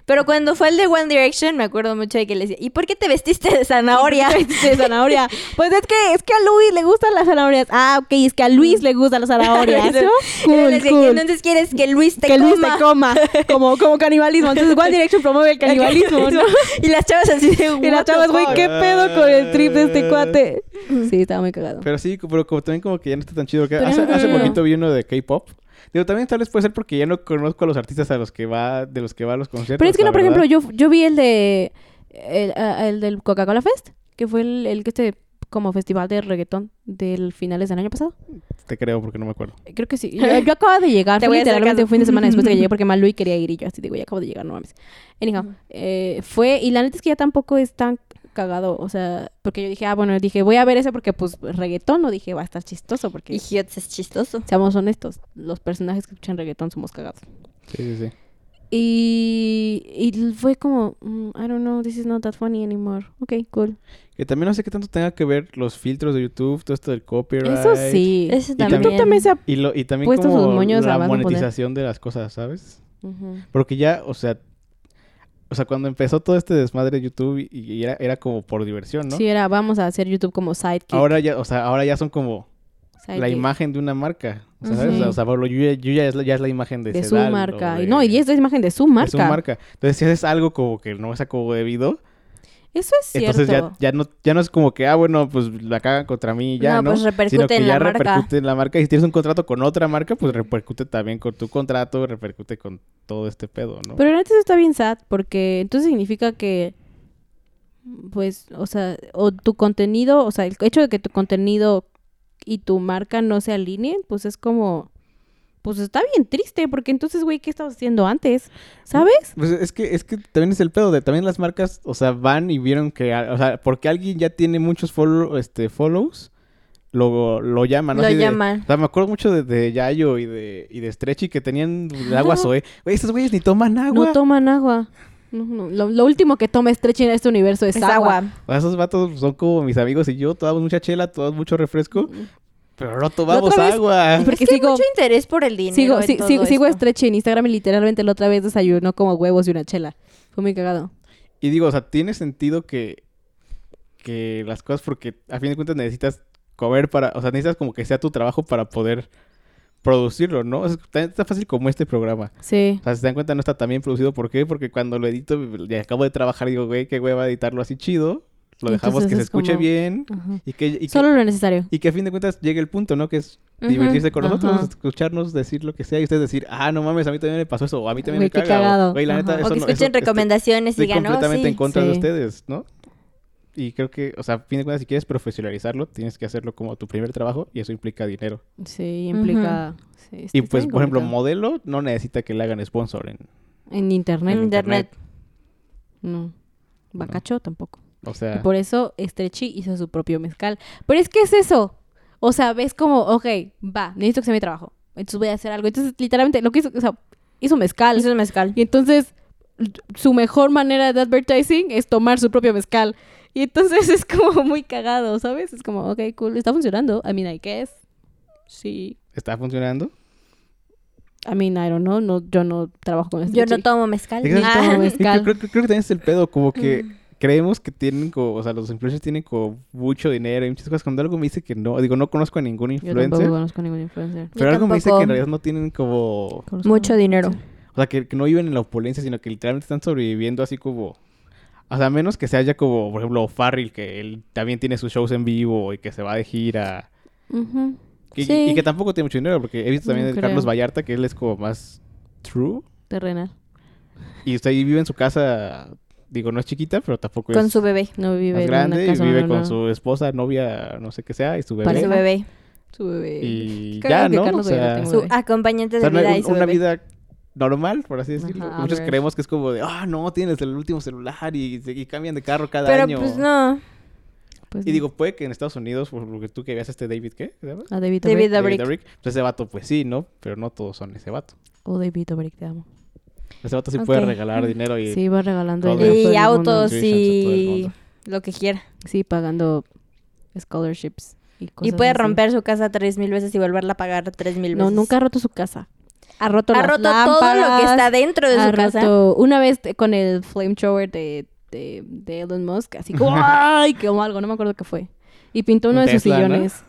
D: Pero cuando fue el de One Direction, me acuerdo mucho de que le decía, ¿y por qué te vestiste de zanahoria?
B: de zanahoria. Pues es que, es que a Luis le gustan las zanahorias. Ah, ok, es que a Luis le gustan las zanahorias. ¿no?
D: Y yo le decía, "¿Y Entonces quieres que Luis te
B: que
D: coma.
B: Luis te coma, como, como canibalismo. Entonces, One Direction promueve el canibalismo, ¿no?
D: Y las chavas así de
B: Y las
D: "What the
B: chavas, güey,
D: fuck?".
B: ¿qué pedo con el trip de este cuate? Sí, estaba muy cagado.
C: Pero sí, pero como, también como que ya no está tan chido. porque
D: Pero
C: hace,
D: no.
C: hace poquito vi uno de K-pop. Digo, también tal vez puede ser porque ya no conozco a los artistas a los que va, de los que va a los conciertos.
B: Pero es que
C: la
B: no, por
C: verdad.
B: ejemplo, yo, yo vi el de el, ah, el del Coca-Cola Fest, que fue el, el que este como festival de reggaetón del finales del año pasado.
C: Te creo porque no me acuerdo.
B: Creo que sí. Yo, yo acabo de llegar,
D: Te
B: fue
D: voy a hacer
B: literalmente
D: caso.
B: un fin de semana después de que llegué porque Malui quería ir y yo así digo, ya acabo de llegar, no mames. Anyhow, eh, fue y la neta es que ya tampoco es tan cagado, o sea, porque yo dije, ah, bueno, dije, voy a ver ese porque pues reggaetón, no dije, va a estar chistoso porque
D: Idiots, es chistoso.
B: seamos honestos, los personajes que escuchan reggaetón somos cagados.
C: Sí, sí, sí.
B: Y, y fue como, "Mm, I don't know, this is not that funny anymore. Ok, cool.
C: Que también no sé qué tanto tenga que ver los filtros de YouTube, todo esto del copyright.
B: Eso sí.
D: Eso
C: Y
D: también.
B: YouTube también se ha...
C: Y, lo, y también
B: Puestos
C: como
B: los moños
C: la
B: a más no poder.
C: monetización de las cosas, ¿sabes? Porque ya, o sea, o sea, cuando empezó todo este desmadre de YouTube y, y era, era como por diversión, ¿no?
B: Sí, era, vamos a hacer YouTube como sidekick.
C: Ahora ya, o sea, ahora ya son como la
B: sidekick
C: imagen de una marca. O sea, ¿sabes?
B: Ujú.
C: O sea, por lo- yo, ya- yo ya, es, la- ya es la imagen de,
B: De su
C: Sedal,
B: marca.
C: o
B: Y
C: de-
B: No, y es la imagen de su marca.
C: de su marca. Entonces, si haces algo como que no está como debido,
B: Eso es cierto.
C: entonces ya, ya, no, ya no es como que, ah, bueno, pues la cagan contra mí y ya,
D: No,
C: ¿no?
D: pues repercute
C: Sino que
D: en
C: ya
D: la marca.
C: repercute en la marca. Y si tienes un contrato con otra marca, pues repercute también con tu contrato, repercute con todo este pedo, ¿no?
B: Pero la neta eso está bien sad porque entonces significa que pues, o sea, o tu contenido, o sea, el hecho de que tu contenido y tu marca no se alineen, pues es como pues está bien triste porque entonces, güey, ¿qué estabas haciendo antes? ¿Sabes?
C: Pues es que, es que también es el pedo de también las marcas, o sea, van y vieron que, a- o sea, porque alguien ya tiene muchos follow, este, follows, lo, lo llaman. ¿no?
D: Lo
C: Así de-
D: llaman.
C: o sea, me acuerdo mucho de, de Yayo y de, y de Stretchy que tenían el agua Zoe. Güey, estos güeyes ni toman agua.
B: No toman agua. No, no, Lo, lo último que toma Stretch en este universo es,
D: Es
B: agua.
D: agua.
C: O sea, esos vatos son como mis amigos y yo, tomamos mucha chela, tomamos mucho refresco, pero no tomamos
B: Mm. otra vez-
C: agua.
B: Porque
D: es que
B: sigo-
D: hay mucho interés por el dinero.
B: Sigo,
D: en
B: sí,
D: todo
B: sigo, sigo este- a
D: esto.
B: Stretch en Instagram y literalmente la otra vez desayunó como huevos y una chela. Fue muy cagado.
C: Y digo, o sea, tiene sentido que, que las cosas, porque a fin de cuentas necesitas comer para, o sea, necesitas como que sea tu trabajo para poder producirlo, ¿no? O sea, también está fácil como este programa.
B: Sí.
C: O sea, si se dan cuenta, no está tan bien producido. ¿Por qué? Porque cuando lo edito, ya acabo de trabajar, digo, güey, qué güey va a editarlo así chido. Lo dejamos
B: Entonces
C: que se
B: es
C: escuche
B: como-
C: bien
B: Ajá.
C: y que, y, que,
B: Solo lo necesario.
C: y que a fin de cuentas llegue el punto, ¿no? Que es
D: Ujú,
C: divertirse con nosotros,
B: ajá.
C: escucharnos decir lo que sea y ustedes decir, ah, no mames, a mí también me pasó eso, o a mí también
B: Güey,
C: me
B: qué
C: caga.
B: cagado.
C: O, güey, la neta,
B: Ajá.
D: O
C: eso
D: que
C: no- eso-
D: escuchen
C: esto-
D: recomendaciones y
C: Estoy
D: digan, "Oh,
C: completamente
D: sí".
C: en contra de
B: Sí.
C: ustedes, ¿no? Y creo que, o sea, a fin de cuentas, si quieres profesionalizarlo, tienes que hacerlo como tu primer trabajo y eso implica dinero.
B: Sí,
D: Ujú.
B: implica. sí, está-
C: Y
B: está
C: pues,
B: bien
C: por ejemplo,
B: complicado.
C: modelo no necesita que le hagan sponsor en,
B: en internet,
C: en
D: Internet.
C: internet.
B: no. Bacacho tampoco.
C: O
B: Y
C: sea,
B: por eso Estrechi hizo su propio mezcal. Pero es que es eso. O sea, ves como, ok, va, necesito que sea mi trabajo. Entonces voy a hacer algo. Entonces, literalmente, lo que hizo, o sea, hizo mezcal.
D: Eso es mezcal.
B: Y entonces, l- su mejor manera de advertising es tomar su propio mezcal. Y entonces es como muy cagado, ¿sabes? Es como, ok, cool, está funcionando. I mean, I guess. Sí.
C: ¿está funcionando?
B: I mean, I don't know. No, yo no trabajo con este
D: Yo no
B: Estrechi.
D: tomo mezcal.
C: Exacto.
D: Ah,
B: tomo
C: Y
B: mezcal.
C: Creo, creo- creo que también es el pedo, como que
B: Mm.
C: creemos que tienen como, o sea, los influencers tienen como mucho dinero y muchas cosas. Cuando algo me dice que no, digo, no conozco a ningún
B: Yo tampoco
C: influencer,
B: conozco ningún influencer.
C: pero
D: Yo
C: algo me dice
D: tampoco.
C: que en realidad no tienen como
B: Conozco
D: Mucho
B: a-
D: dinero.
C: O sea, que, que no viven en la opulencia, sino que literalmente están sobreviviendo así como... O sea, a menos que sea ya como, por ejemplo, Farrell, que él también tiene sus shows en vivo y que se va de gira.
B: Ujú.
C: Que- y-
B: Sí.
C: Y, que tampoco tiene mucho dinero, porque he visto también
B: No
C: el
B: creo.
C: Carlos Vallarta, que él es como más true.
B: Terrenal.
C: Y usted ahí vive en su casa, digo, no es chiquita, pero tampoco
D: Con
C: es
D: su bebé.
B: No
C: más
B: vive en
C: grande.
B: una
C: Y
B: casa.
C: vive
B: no,
C: con
B: no.
C: su esposa, novia, no sé qué sea, y su
B: Para
D: Con su
C: bebé.
D: bebé.
B: Su bebé.
C: Y
B: Qué
C: ya,
B: cagado que
C: ¿no? O
B: Carlos Vallarta
C: sea,
B: tenga
D: Su
B: bebé.
D: acompañante
C: o
D: de
C: sea, una,
D: vida y
C: un-
D: su
C: una
D: bebé.
C: vida normal, por así decirlo.
B: Ajá,
C: Que Muchos
B: average.
C: creemos que es como de, ah, no, tienes el último celular y, se- y cambian de carro cada
D: Pero
C: año.
D: pues no.
B: Pues
C: Y digo, puede que en Estados Unidos, por lo que tú que veas este David, ¿qué? ¿Se llama?
B: a David,
D: David
B: Dobrik.
D: Dobrik.
C: Pues ese vato, pues sí, ¿no? Pero no todos son ese vato.
B: Oh, David Dobrik, te amo.
C: Ese vato sí
D: Ok.
C: puede regalar dinero y...
B: Sí, va regalando
C: Todo
B: dinero a
C: el-
B: todo
D: Y
B: el mundo.
D: autos
C: Sí, sí, todo el
D: y
C: mundo.
D: lo que quiera.
B: Sí, pagando scholarships y cosas
D: y puede
B: así.
D: romper su casa tres mil veces y volverla a pagar tres mil veces.
B: No, nunca ha roto su casa. Ha roto,
D: ha
B: las
D: roto todo lo que
B: lámparas,
D: está dentro de
B: ha
D: su casa.
B: roto- Una vez te- con el flamethrower de, de, de Elon Musk, así como, ¡ay! Quemó algo, no me acuerdo qué fue. Y pintó uno
C: Un
B: de sus
C: Tesla, ¿no?
B: sillones.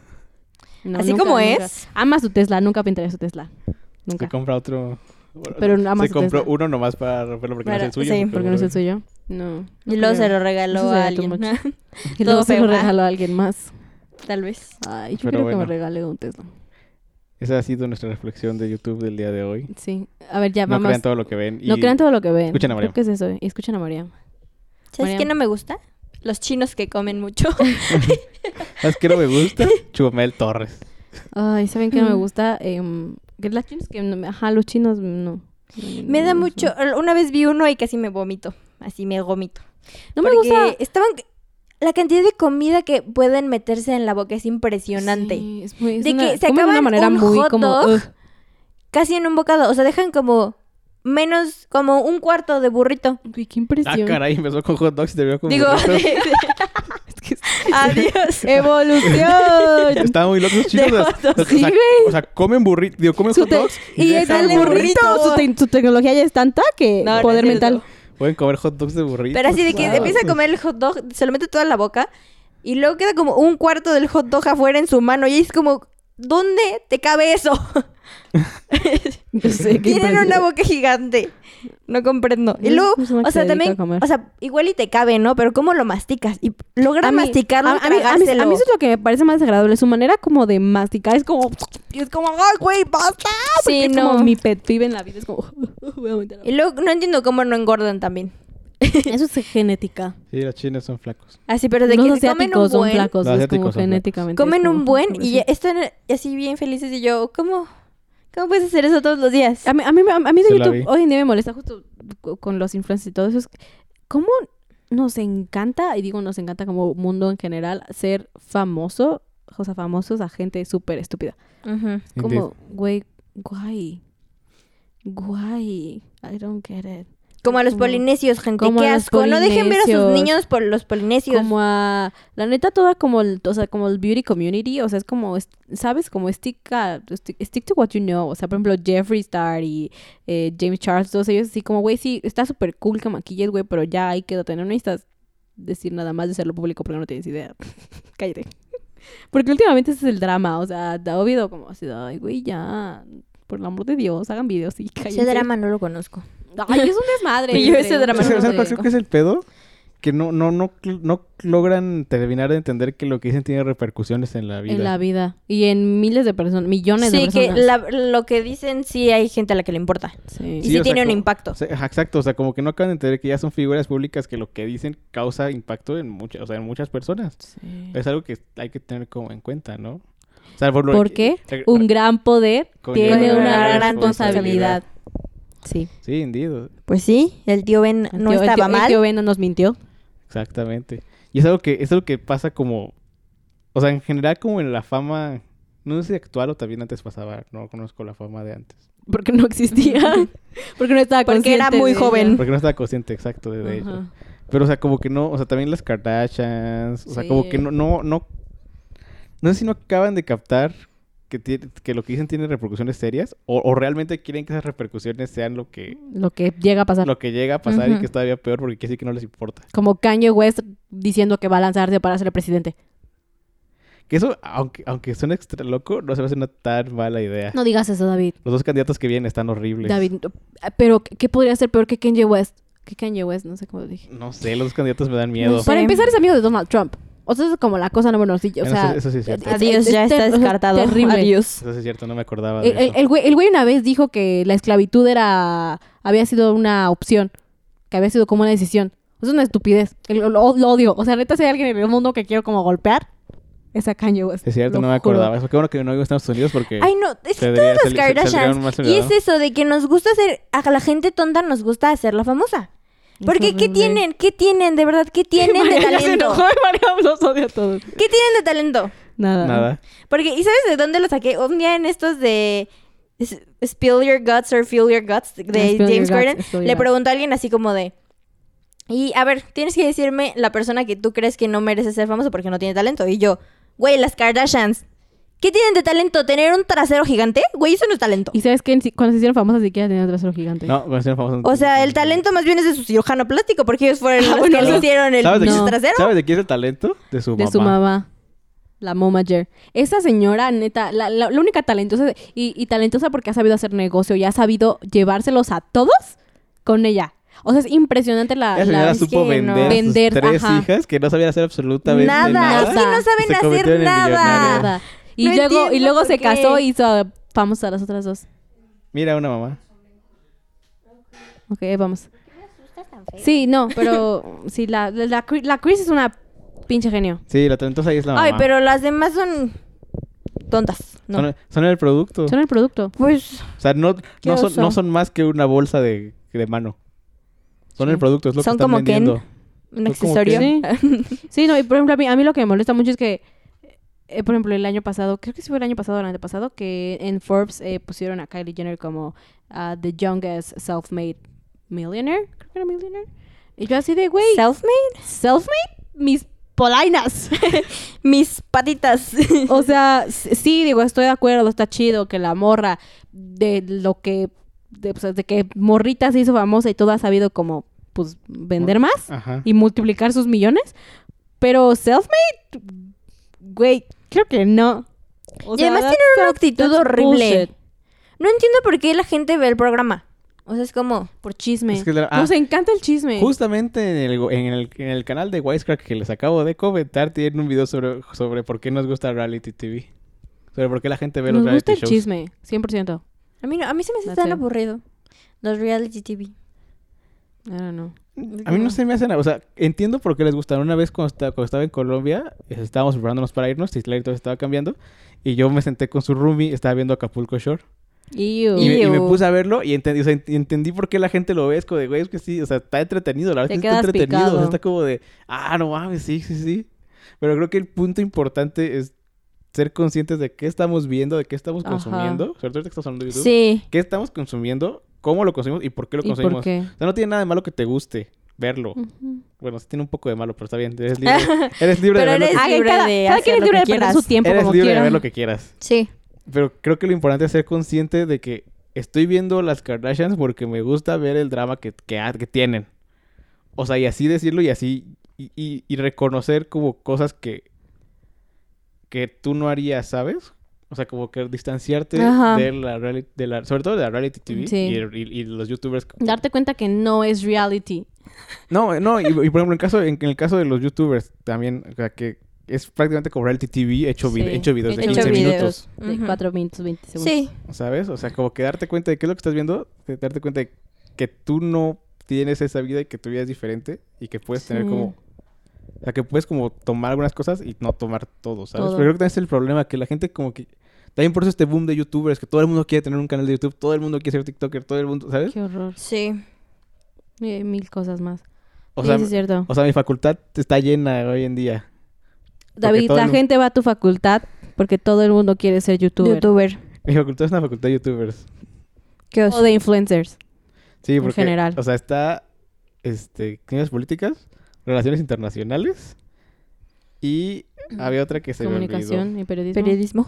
B: No,
D: Así
B: nunca,
D: como
B: nunca.
D: es.
B: Ama su Tesla, nunca pintaría su Tesla. Nunca.
C: Se compra otro. bueno,
B: Pero nada más
C: Se compró
B: Tesla.
C: uno nomás para romperlo porque no
D: Para-
C: es el suyo.
D: sí,
C: pero
B: Porque no es el
C: bueno.
B: suyo. No.
D: Y luego se lo
B: Eso
D: regaló
B: sería
D: a
B: too
D: alguien.
B: Y luego
D: Todo
B: se lo
D: feo, ¿ah?
B: regaló a alguien más.
D: Tal vez.
B: Ay, yo
C: Pero
B: quiero que me
C: bueno.
B: regale un Tesla.
C: Esa ha sido nuestra reflexión de YouTube del día de hoy.
B: Sí. A ver, ya
C: No
B: vamos.
C: crean todo lo que ven. y-
B: No crean todo lo que ven.
C: Escuchen a Mariam.
B: Creo que es eso. Y escuchen a Mariam.
D: ¿Sabes
B: Mariam.
D: qué no me gusta? Los chinos que comen mucho.
C: ¿Sabes qué no me gusta? Chumel Torres.
B: Ay, ¿saben qué no me
D: Mm.
B: gusta? Em, que las chinos que... no me- Ajá, los chinos no.
D: me da
B: No,
D: mucho. Una vez vi uno y casi me vomito. Así me vomito.
B: No me
D: Porque
B: gusta...
D: Estaban. La cantidad de comida que pueden meterse en la boca es impresionante.
B: Sí, es muy, es
D: De
B: una-
D: que se
B: comen de una
D: acaban
B: manera
D: un
B: muy
D: hot
B: como...
D: dog.
B: "Ugh".
D: Casi en un bocado. O sea, dejan como menos, como un cuarto de burrito.
B: Uy, qué
C: Ah,
B: impresión.
C: caray, empezó con hot dogs y terminó con
D: Digo,
C: burritos.
D: adiós.
B: ¡Evolución!
C: Estaban muy locos los chinos.
D: De
C: o sea,
D: hot dogs.
C: o sea,
B: Sí, güey.
C: o sea, comen burritos. Digo, comen
B: Su
C: hot
B: te-
C: dogs.
B: y es
C: dejan
B: el
D: el
B: burrito.
D: burrito.
B: Su, te- su tecnología ya es tanta que
D: No, no
B: poder
D: es
B: mental.
D: cierto.
C: Pueden comer hot dogs de burritos.
D: Pero así de que
C: Wow.
D: empieza a comer el hot dog, se lo mete toda en la boca y luego queda como un cuarto del hot dog afuera en su mano y es como, ¿dónde te cabe eso?
B: No sé, qué
D: Tienen una
B: impresión.
D: boca gigante. No comprendo. Y
B: Es
D: luego,
B: una
D: o sea,
B: que se dedica a
D: también,
B: comer.
D: o sea, igual y te cabe, ¿no? Pero ¿cómo lo masticas? Y
B: A
D: logran
B: mí-
D: masticarlo,
B: a, a mí, a, mí, a mí eso es lo que me parece más desagradable. Su manera como de masticar es como...
D: Y es como, ¡ay, güey, basta!
B: porque
D: Sí,
B: es
D: no.
B: como mi pet pibe en la vida. Es como... voy a vomitar.
D: Y luego no entiendo cómo no engordan también.
B: Eso es genética.
C: Sí, los chinos son flacos.
D: Así, pero de
B: los
D: que comen un
B: asiáticos son
D: buen,
B: flacos. es
C: Los
B: como
C: asiáticos son
B: genéticamente. es
D: comen
B: como-
D: un buen y
B: sí.
D: ya están así bien felices y yo, ¿cómo? ¿Cómo puedes hacer eso todos los días?
B: A mí, a mí, a mí de
C: Se la
B: YouTube
C: vi.
B: hoy en día me molesta justo co- con los influencers y todo eso. es que- ¿Cómo nos encanta, y digo nos encanta como mundo en general, ser famoso, o sea, famosos a gente súper estúpida?
D: Ujú.
B: Es Como, güey, guay, guay, I don't get it.
D: Como a los
B: Como-
D: polinesios, gente.
B: como
D: Qué
B: a los
D: asco. No dejen ver a sus
B: polinesios.
D: niños por los polinesios.
B: Como a, la neta, toda como el, o sea, como el beauty community, o sea, es como, es- ¿sabes? Como stick, a- sti- stick to what you know, o sea, por ejemplo, Jeffree Star y eh, James Charles, todos ellos así como, güey, sí, está súper cool que maquilles, güey, pero ya ahí quedó tener, no necesitas decir nada más de hacerlo público porque no tienes idea. Cállate. Porque últimamente ese es el drama, o sea, ha habido como así, de, ay, güey, ya, por el amor de Dios, hagan videos y cállense.
D: Ese drama no lo conozco.
B: Ay, es un desmadre.
D: Y yo
B: entre
D: ese drama
B: muchos
D: no lo
C: ¿Sabes
B: de-
C: cuál creo que es el pedo? Que no, no, no, no logran terminar de entender que lo que dicen tiene repercusiones en la vida.
B: En la vida. Y en miles de personas, millones de
D: Sí, que
B: personas.
D: la- lo que dicen sí hay gente a la que le importa.
B: Sí.
D: Y
C: Sí,
D: sí,
C: o sea,
D: tiene un
C: como-
D: impacto.
C: O sea, ajá, exacto, o sea, como que no acaban de entender que ya son figuras públicas que lo que dicen causa impacto en muchas, o sea, en muchas personas. Es algo que hay que tener como en cuenta, ¿no? O sea, por lo-
B: ¿Por qué?
C: re-
B: Un gran poder
C: Conlleva
B: tiene
D: una
B: una gran
D: gran
B: responsabilidad. Sí.
C: Sí, entendido.
D: Pues sí, el tío Ben
B: El
D: no
B: tío- el
D: estaba
B: tío-
D: mal.
B: El tío Ben no nos mintió.
C: Exactamente. Y es algo que es algo que pasa como o sea, en general como en la fama no sé si actual o también antes pasaba, no conozco la fama de antes.
B: Porque no existía. Porque no estaba
D: Porque era
B: consciente
D: muy
B: de
D: joven.
B: ella.
C: Porque no estaba consciente exacto de, de ello.
B: Ajá.
C: Pero o sea, como que no, o sea, también las Kardashians, o sea, como que
B: Sí.
C: no no no no sé si no acaban de captar que, tiene- que lo que dicen tiene repercusiones serias o, o realmente quieren que esas repercusiones sean lo que
B: Lo que llega a pasar.
C: lo que llega a pasar y
D: Ujú.
C: que es todavía peor porque quiere decir que no les importa.
B: Como Kanye West diciendo que va a lanzarse para ser el presidente.
C: Que eso aunque aunque suene extra loco, no se me hace una tan mala idea.
B: No digas eso, David.
C: Los dos candidatos que vienen están horribles.
B: David, no- pero ¿qué podría ser peor que Kanye West? Que Kanye West, no sé cómo lo dije.
C: No sé, los dos candidatos me dan miedo.
D: sé.
B: Para
D: Sí.
B: empezar, es amigo de Donald Trump. O sea, eso es como la cosa número uno. Sí, O
C: Bueno,
B: sea,
C: eso- eso sí es cierto.
D: Adiós, ya está
B: ter- o sea,
D: descartado.
B: Terrible.
D: Adiós.
C: Eso sí es cierto, no me acordaba de
D: Eh,
B: El, el-
C: eso.
B: el güey, el güey una vez dijo que la esclavitud era había sido una opción, que había sido como una decisión. Eso es una estupidez. El- lo, lo odio. O sea, neta, si hay alguien en el mundo que quiero como golpear, es a Kanye West.
C: Es cierto,
B: Lo
C: no me
B: juro.
C: acordaba. Eso qué bueno que no vivo en Estados Unidos porque...
D: Ay, no, es que
C: Saldría-
D: todas las
C: sal- sal- saldrían
D: Kardashians.
C: más
D: Y es
C: elevadas.
D: eso de que nos gusta hacer. A la gente tonta nos gusta hacerla famosa.
B: Es
D: Porque, ¿qué
B: horrible.
D: tienen? ¿Qué tienen? De verdad, ¿qué tienen de
B: María ya se
D: talento?
B: enojó, María los odia a todos.
D: ¿Qué tienen de talento?
B: Nada.
C: Nada.
D: Porque, ¿y sabes de dónde lo saqué? Un día en estos de S- Spill Your Guts or Feel Your Guts de
B: Ah,
D: James
B: Spill Your Guts, Spill
D: Corden,
B: Your
D: le
B: Guts.
D: preguntó a alguien así como de... Y, a ver, tienes que decirme la persona que tú crees que no merece ser famoso porque no tiene talento. Y yo, güey, las Kardashians. ¿Qué tienen de talento? ¿Tener un trasero gigante? Güey, eso no es talento.
B: Y sabes que cuando se hicieron famosas, ni siquiera tenían trasero gigante.
C: No, cuando hicieron famosos-
D: O sea, el talento más bien es de su cirujano plástico, porque ellos fueron los
B: Ah, bueno,
D: que le
B: sí.
D: hicieron el
C: ¿Sabes de,
D: pinche
B: No.
D: trasero.
C: ¿Sabes de quién es el talento? De su
B: de
C: mamá.
B: su mamá. La momager. Esa señora, neta, la, la- la única talentosa de- y, y talentosa porque ha sabido hacer negocio y ha sabido llevárselos a todos con ella. O sea, es impresionante la...
C: Esa señora
B: la-
D: es
C: supo
D: que no.
C: vender,
B: Vender,
C: a sus tres
B: ajá.
C: hijas que no sabían hacer absolutamente
D: nada,
C: nada.
D: es que no saben
C: Se
D: hacer
C: convirtieron en
D: nada.
C: millonarias.
B: nada. Y
D: No
B: luego, y
D: entiendo
B: luego
D: por
B: se
D: qué.
B: casó y hizo famosa a las otras dos.
C: Mira una mamá.
B: Ok, vamos. Sí, no, pero sí, la, la, la Chris- la Chris es una pinche genio.
C: Sí, la talentosa ahí es la mamá.
D: Ay, pero las demás son tontas. No.
C: son, son el producto.
B: Son el producto.
D: Pues
C: O sea, no,
D: Qué
C: no, son,
D: oso.
C: no son más que una bolsa de, de mano. Son
B: Sí.
C: el producto, es lo
D: Son
C: que están
D: como Ken.
C: vendiendo.
D: un
C: Pues como
D: accesorio.
B: Sí. Sí, no, y por ejemplo, a mí, a mí lo que me molesta mucho es que, eh, por ejemplo, el año pasado, creo que sí fue el año pasado o el antepasado, que en Forbes eh, pusieron a Kylie Jenner como ah, The Youngest Self-Made Millionaire. Creo que era Millionaire. Y yo así de, güey,
D: Selfmade,
B: ¿self-made? Mis polainas.
D: mis patitas. Oh.
B: o sea, s- sí, digo, estoy de acuerdo, está chido que la morra de lo que, de, pues, de que morrita se hizo famosa y todo ha sabido como, pues, vender más
C: Ajá.
B: y multiplicar sus millones. Pero self-made, güey, creo que no. O
D: Y además
B: that's
D: tienen una
B: a-
D: actitud
B: that's
D: horrible.
B: bullshit.
D: No entiendo por qué la gente ve el programa. O sea, es como...
B: Por chisme.
C: Es que la-
B: Nos
C: ah.
B: encanta el chisme.
C: Justamente en el, en, el, en el canal de Wisecrack que les acabo de comentar, tienen un video sobre, sobre por qué nos gusta reality TV. Sobre por qué la gente ve los
B: Nos gusta
C: reality
B: el
C: shows.
B: chisme, 100%.
D: A mí, no- a mí se me hace
B: That's
D: tan
B: it.
D: aburrido. Los reality TV.
B: I don't know.
C: A mí no se me hacen... O sea, entiendo por qué les gustan. Una vez cuando, esta- cuando estaba en Colombia, eh, estábamos preparándonos para irnos, Titlán y todo estaba cambiando, y yo me senté con su roomie, estaba viendo Acapulco Shore.
B: Ew.
C: Y me, y me
D: Ew.
C: puse a verlo y entendí, o sea, ent- entendí por qué la gente lo ve. Es como de, güey, es que sí, o sea, está entretenido. La verdad
B: Te
C: es que está
B: quedas
C: entretenido. o sea,
B: picado.
C: está como de, ah, no mames, sí, sí, sí. Pero creo que el punto importante es ser conscientes de qué estamos viendo, de qué estamos
B: Ajá.
C: consumiendo. Sobre todo ahorita que estamos hablando de YouTube.
D: Sí.
C: ¿Qué estamos consumiendo? ¿Cómo lo consumimos? ¿Y por qué lo
B: ¿Y por
C: consumimos?
B: qué? Mm.
C: O sea, no tiene nada de malo que te guste verlo.
B: Ujú.
C: Bueno, sí tiene un poco de malo, pero está bien. Eres libre, eres libre de
D: Pero
C: ver lo
D: eres-
C: que-
B: Ah, que
D: libre
B: cada-
D: de
B: cada
D: hacer
B: quien es
D: lo que
B: libre de perder
D: quieras.
B: su tiempo
C: eres
B: como
C: libre de
B: quiera.
C: ver lo que quieras.
D: Sí.
C: Pero creo que lo importante es ser consciente de que estoy viendo las Kardashians porque me gusta ver el drama que, que, ha- que tienen. O sea, y así decirlo y así. Y, y- y reconocer como cosas que. que tú no harías, ¿sabes? O sea, como que distanciarte
B: Ajá.
C: de la, reali- de la. sobre todo de la reality TV
B: Sí.
C: y, el- y- y los youtubers. que-
B: Darte cuenta que no es reality.
C: No, no, y, y por ejemplo, en, caso, en, en el caso de los youtubers también, o sea, que es prácticamente como reality TV hecho, vide-
B: Sí.
C: hecho videos de
B: Hecho
C: 15
D: videos.
C: minutos.
B: De
D: Ujú.
B: 4 minutos, 20 segundos.
D: Sí.
C: ¿Sabes? O sea, como que darte cuenta de qué es lo que estás viendo, de darte cuenta de que tú no tienes esa vida y que tu vida es diferente y que puedes tener
B: Sí.
C: como... O sea, que puedes como tomar algunas cosas y no tomar todo, ¿sabes?
B: Todo.
C: Pero creo que también es el problema, que la gente como que... También por eso este boom de youtubers, que todo el mundo quiere tener un canal de YouTube, todo el mundo quiere ser TikToker, todo el mundo, ¿sabes?
B: Qué horror.
D: Sí.
B: Eh, mil cosas más.
C: O
B: sí,
C: sea,
B: sí es cierto.
C: o sea, mi facultad está llena hoy en día.
B: David,
C: todo
B: la
C: el-
B: gente va a tu facultad porque todo el mundo quiere ser youtuber.
D: YouTuber.
C: Mi facultad es una facultad de youtubers.
D: ¿Qué
B: O de influencers.
C: Sí, porque...
B: general.
C: O sea, está... Este... Ciencias políticas, relaciones internacionales y... Había otra que se me olvidó.
B: Mm. comunicación y periodismo.
D: Periodismo.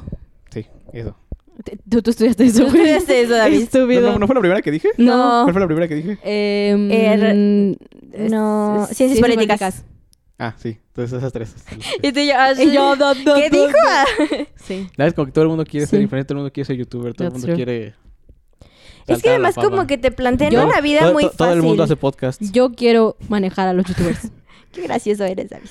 C: Sí, eso.
B: Te- Tú, tú estudiaste eso,
D: ¿Tú
B: güey.
D: estudiaste eso, David?
C: No,
B: Estúpido.
C: no, no fue la primera que dije?
B: No.
C: ¿Cuál fue la primera que dije?
B: Em,
D: Eh, re-
B: es-
D: no,
B: es-
D: ciencias políticas.
C: Ah, sí. Entonces esas tres.
D: Y tú y yo, ah,
B: Y yo,
D: sí.
B: do, do,
D: ¿Qué
B: do,
D: dijo?
B: do.
D: Ah.
B: Sí.
C: ¿Sabes? Como que todo el mundo quiere ser
B: Sí.
C: diferente, todo el mundo quiere ser youtuber, todo el
B: That's
C: mundo
B: true.
C: quiere...
D: Es que
C: saltar a la
D: además
C: fama.
D: como que te plantean
B: Yo-
D: una vida
C: Todo-
D: muy
C: to-
D: fácil.
C: Todo el mundo hace podcast.
B: Yo quiero manejar a los youtubers.
D: Qué gracioso eres, David.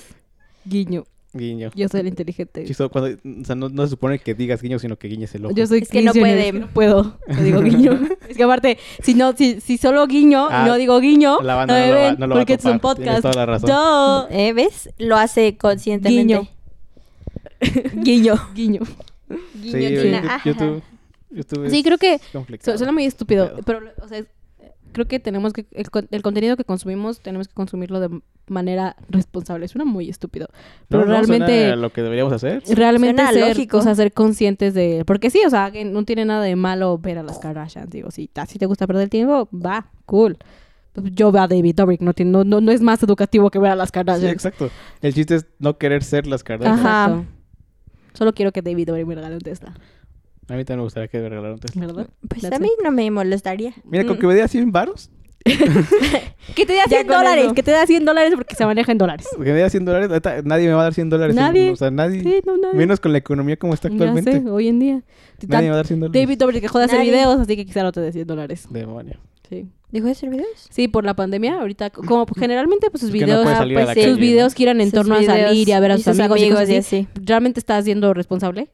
B: Guiño.
C: Guiño.
B: Yo soy el inteligente.
C: Chisto, cuando, o sea, no, no se supone que digas guiño, sino que guiñes el ojo.
B: Yo soy
D: Es que no
B: Chris Jenner,
D: puede.
B: es que no puedo. No digo guiño. es que aparte, si no, si, si solo guiño,
C: Ah,
B: no digo guiño,
C: la banda
B: me
C: no lo va-
B: ven
C: no lo va a
B: porque es un
C: topar. Tienes
B: podcast.
C: toda la razón.
B: Yo.
D: ¿Eh, ¿Ves? Lo hace conscientemente.
B: Guiño.
D: Guiño.
B: Guiño.
C: Sí,
D: Guiño,
C: yo-
D: guiño.
C: yo-
D: Ajá.
C: YouTube, YouTube
B: Sí,
C: es
B: creo que
C: complicado.
B: Su- Suena muy estúpido,
C: Pedo.
B: pero, o sea, es- creo que tenemos que. El, con- el contenido que consumimos, tenemos que consumirlo de manera responsable. Suena muy estúpido. Pero
C: No, no, suena
B: realmente.
C: a lo que deberíamos hacer.
B: Realmente
D: Suena
B: ser,
D: lógico.
B: o sea, ser conscientes de... Porque sí, o sea, que no tiene nada de malo ver a las Kardashians. Digo, si así te gusta perder el tiempo, va, cool. Pues Yo veo a David Dobrik, no, tiene- no, no, no es más educativo que ver a las
C: Sí,
B: Kardashians.
C: exacto. El chiste es no querer ser las Kardashian.
B: Ajá.
D: Exacto.
B: Solo quiero que David Dobrik me regale un Tesla,
C: A mí también me gustaría que me regalaran un Tesla.
B: ¿verdad?
D: Pues
B: That's
D: a mí
B: it.
D: no me molestaría. Mm.
C: Mira, con que me diera 100 baros,
B: Que te dé
D: Ya
B: 100
D: con
B: dólares,
D: eso.
B: que te dé 100 dólares porque se maneja en dólares.
C: que me diera 100 dólares, la neta, nadie me va a dar 100 dólares.
B: Nadie.
C: O sea, nadie.
B: Sí, no, nadie.
C: Menos con la economía como está
B: Ya
C: actualmente.
B: sé, hoy en día.
C: Nadie me va a dar 100 dólares.
B: David Dobrik dejó de hacer
D: Nadie.
B: videos, así que quizá no te dé 100 dólares.
C: Demonio.
B: Sí.
D: ¿Dejó de hacer videos?
B: Sí, por la pandemia, ahorita, c- como generalmente, pues sus
C: Es que no
B: videos,
C: puede
D: ah,
C: salir a
D: pues
C: la
D: sí.
C: calle,
B: sus
C: ¿no?
B: videos giran en
D: Sus
B: torno a
D: videos
B: salir y a ver a
D: y
B: sus, amigos, y, cosas
D: y
B: así.
D: así.
B: Realmente estás siendo responsable.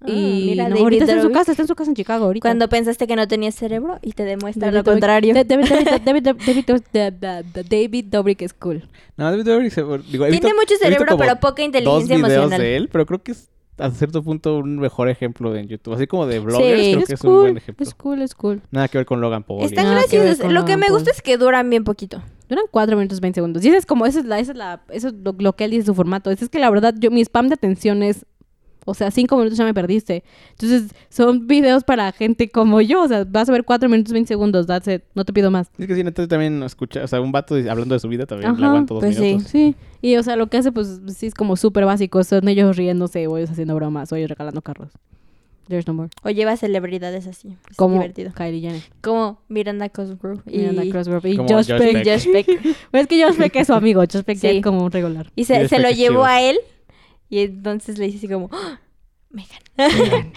D: Ah,
B: y
D: mira,
B: no,
D: David
B: ahorita está en su
D: Dobrik.
B: casa, está en su casa en Chicago ahorita.
D: Cuando pensaste que no tenías cerebro y te demuestra
B: David
D: lo
B: Dobrik-
D: contrario.
B: Da- David- David- David- David- David- David- David- David Dobrik es cool.
C: No, David Dobrik se- digo, he
D: Tiene
C: visto-
D: mucho
C: he visto
D: cerebro,
C: como
D: pero poca
C: dos
D: inteligencia
C: videos
D: emocional.
C: de él, pero creo que es hasta cierto punto un mejor ejemplo en YouTube. Así como de bloggers, creo que es un buen ejemplo.
B: es cool, es cool.
C: Nada que ver con Logan Paul. y
D: Están
C: nada que ver
D: graciosos.
B: con
D: Lo que
B: Logan
D: me
B: Paul.
D: gusta es que duran bien poquito.
B: Duran 4 minutos 20 segundos. Y ese es como, esa es la, esa es la, eso es lo, lo que él dice su formato. Es, es que la verdad, yo, mi spam de atención es, o sea, 5 minutos ya me perdiste. Entonces, son videos para gente como yo. O sea, vas a ver 4 minutos 20 segundos, that's it. No te pido más.
C: Es que sí, neta, también escucha, o sea, un vato dice- hablando de su vida también le
B: Ajá,
C: aguanto dos
D: pues sí.
C: minutos.
B: Sí. Y, o sea, lo que hace, pues, sí es como súper básico. Son ellos riéndose, o ellos haciendo bromas, o ellos regalando carros. There's no more.
D: O lleva celebridades así. Es
B: Como
D: divertido.
B: Kylie Jenner.
D: Como Miranda Cosgrove y,
B: Miranda Cosgrove Y
C: Como
B: Josh
C: Josh
B: Peck.
C: Peck.
D: Josh Peck.
B: Pues es que Josh Peck es su amigo. Josh Peck ya
D: Sí.
B: es como un regular.
D: Y
C: Y
D: se,
C: Josh
D: se
C: Peck
D: lo
C: es
D: llevó
C: chido.
D: a él y entonces le dice así como, ¡Ah! Megan.
C: Megan.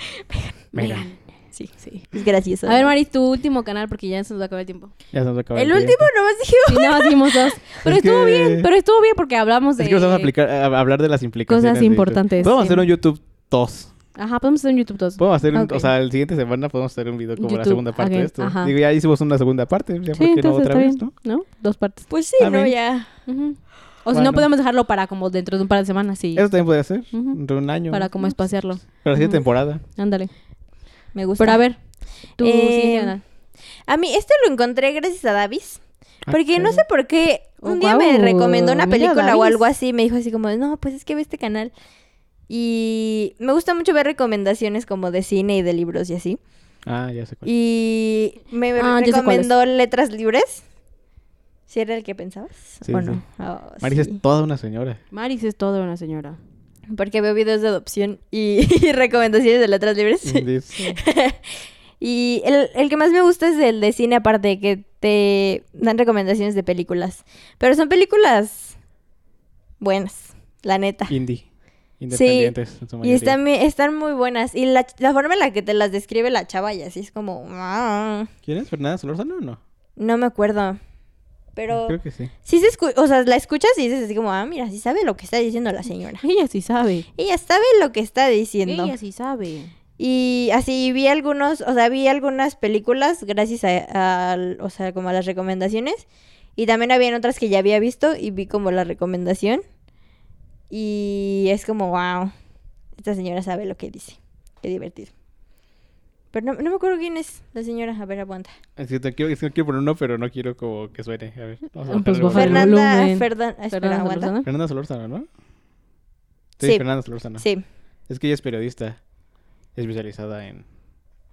C: Megan.
D: Sí, sí. Es gracioso.
B: A ver, Maris, tu último canal, porque ya se nos acaba el tiempo.
C: Ya se nos acaba
D: El
C: tiempo.
D: último nomás dije,
B: Sí, nada más dimos dos. Pero
C: Es
B: estuvo
C: que-
B: bien, pero estuvo bien porque hablamos de.
C: Es que nos vamos a, aplicar, a- a hablar de las implicaciones.
B: Cosas
C: de YouTube.
B: importantes,
C: Podemos
B: sí.
C: hacer un YouTube 2.
B: Ajá, podemos hacer un YouTube 2.
C: Podemos hacer un,
D: Ok.
C: O sea, el siguiente semana podemos hacer un video como la
B: YouTube
C: segunda parte
B: again,
C: de esto.
B: ajá.
C: Digo, ya hicimos una segunda parte. Ya
B: Sí,
C: por qué no
B: entonces
C: otra
B: está
C: vez,
B: bien.
C: ¿no?
B: ¿no? Dos partes.
D: pues sí,
C: Amén.
D: no, ya.
B: Ujú. O si
C: Bueno.
B: no, podemos dejarlo para como dentro de un par de semanas, sí.
C: Eso también podría ser.
B: Ujú.
C: Entre un año.
B: Para como espaciarlo.
C: Para la siguiente
B: Ujú.
C: temporada.
B: Ándale.
D: Me gusta.
B: Pero a ver, tu
D: Eh,
B: siguiente canal.
D: A mí este lo encontré gracias a Davis.
C: Ah,
D: Porque no
C: claro.
D: sé por qué
B: Oh,
D: un día me
B: guau,
D: recomendó una
B: mira,
D: película o
B: Davis.
D: algo así. Me dijo así como, no, pues es que ve este canal. Y me gusta mucho ver recomendaciones como de cine y de libros y así.
C: Ah, ya sé cuál.
D: Y me
B: Ah, ya sé cuál es.
D: recomendó Letras Libres. ¿Si era el que pensabas?
C: Sí,
D: ¿O
C: sí.
D: no? Oh,
C: Marisa
D: sí.
C: es toda una señora.
B: Maris es toda una señora.
D: Porque veo videos de adopción y, y recomendaciones de Letras Libres.
C: Sí.
D: Y el, el que más me gusta es el de cine, aparte de que te dan recomendaciones de películas. Pero son películas buenas, la neta. Y,
C: Indie. Independientes. en su mayoría.
D: están, mi- están muy buenas. Y la, ch- la forma en la que te las describe la chava y así es como... "Ah".
C: ¿Quién es? ¿Fernanda Solórzano o no?
D: No me acuerdo. Pero
C: Creo que sí.
D: sí se escu- o sea, la escuchas y dices así como, ah, mira, sí sabe lo que está diciendo la señora.
B: Ella sí sabe.
D: Ella sabe lo que está diciendo.
B: Ella sí sabe.
D: Y así vi algunos, o sea, vi algunas películas gracias a, al- o sea, como a las recomendaciones. Y también habían otras que ya había visto y vi como la recomendación. Y es como, wow, esta señora sabe lo que dice. Qué divertido. Pero no, no me acuerdo quién es la señora. A ver, aguanta.
C: Es que te quiero, es que quiero poner uno, pero no quiero como que suene. A ver, vamos a
B: Ah, pues
C: bajarle el
B: baja
D: Fernanda,
B: el
C: volumen.
B: volumen.
D: Ferdan- ah, espera,
B: Fernanda
D: aguanta.
B: Solórzano.
C: Fernanda Solórzano, ¿no? Sí,
D: Sí.
C: Fernanda Solórzano.
D: Sí,
C: Es que ella es periodista especializada en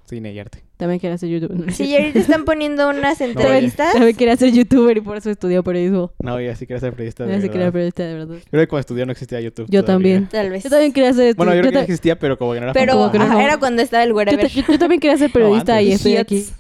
C: cine y arte.
B: También quiere hacer YouTube. ¿no?
D: sí, y ahorita están poniendo unas
C: vaya.
D: entrevistas.
B: También quería ser youtuber y por eso estudió periodismo.
C: No, ella sí quería ser periodista. De
B: Ya se
C: verdad.
B: quería periodista, de verdad.
C: Creo que cuando estudió no existía YouTube.
B: Yo
C: todavía.
B: también.
D: Tal vez.
B: Yo también quería ser
C: Bueno, yo
B: estu-
C: creo que
B: ta-
C: sí existía, pero como que no era
D: Pero
B: Como que no.
D: ajá, era cuando estaba el
B: Yo,
D: wherever.
B: ta- yo- yo también quería ser periodista y
C: antes.
B: estoy aquí.
D: Idiots.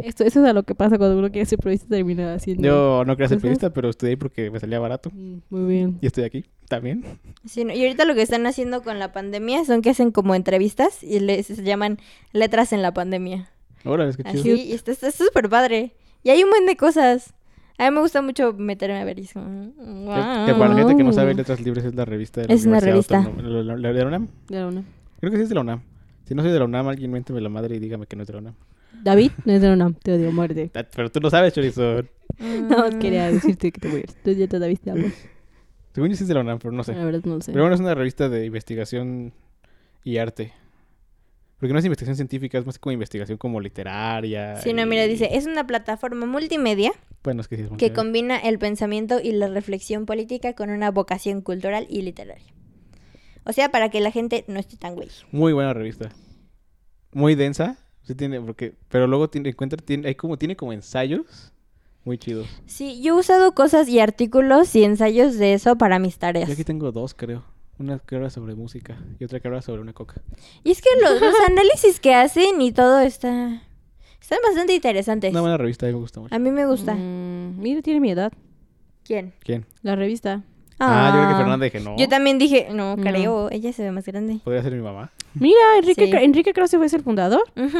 B: Esto, eso es a lo que pasa cuando uno quiere ser periodista termina haciendo.
C: Yo no quería ser
B: Cosas.
C: periodista, pero estudié porque me salía barato.
B: Mm, Muy bien.
C: Y estoy aquí también.
D: Sí, no, y ahorita lo que están haciendo con la pandemia son que hacen como entrevistas y les se llaman letras en la pandemia.
C: Ahora es que
D: Así,
C: chido.
D: y está está súper padre. Y hay un buen de cosas. A mí me gusta mucho meterme a ver y es como, mm,
C: Que,
D: guau.
C: que para la gente que no sabe,
B: Wow.
C: Letras Libres es la revista de la
D: Es una
C: Universidad
D: revista.
C: Autónoma- ¿La- la- la de la UNAM?
B: Ya, una.
C: Creo que sí es de la UNAM. Si no soy de la UNAM, alguien miénteme la madre y dígame que no es de la UNAM.
B: David, no es de la UNAM, te odio, muerte.
C: Ah, Pero tú no sabes, Chorizo.
D: Mm.
B: No, quería decirte que te mueres. Tú ya te David te amo.
C: Según yo sí es de la UNAM, pero no sé.
D: Ah,
B: La verdad no lo sé.
C: Pero bueno, es una revista de investigación y arte. Porque no es investigación científica, es más como investigación como literaria.
D: Sí, no, mira,
C: y-
D: dice, es una plataforma multimedia
C: Bueno, es que sí es
D: que
C: multimedia.
D: combina el pensamiento y la reflexión política con una vocación cultural y literaria. O sea, para que la gente no esté tan güey.
C: Muy buena revista. Muy densa. Sí tiene, porque, pero luego tiene, encuentra, tiene, hay como, tiene como ensayos muy chidos.
D: Sí, yo he usado cosas y artículos y ensayos de eso para mis tareas.
C: Yo aquí tengo dos, creo. Una que habla sobre música y otra que habla sobre una coca.
D: Y es que los, los análisis que hacen y todo está... Están bastante interesantes.
C: Una buena revista, a mí me gusta mucho.
D: A mí me gusta.
B: Mm, mira, tiene mi edad.
D: ¿Quién?
C: ¿Quién?
B: La revista.
C: Ah, yo creo que Fernanda dije no.
D: Yo también dije, no,
B: No.
D: creo, ella se ve más grande.
C: Podría ser mi mamá.
B: Mira, Enrique,
D: Sí.
B: Cra- Enrique Krause fue el fundador.
D: Ujú.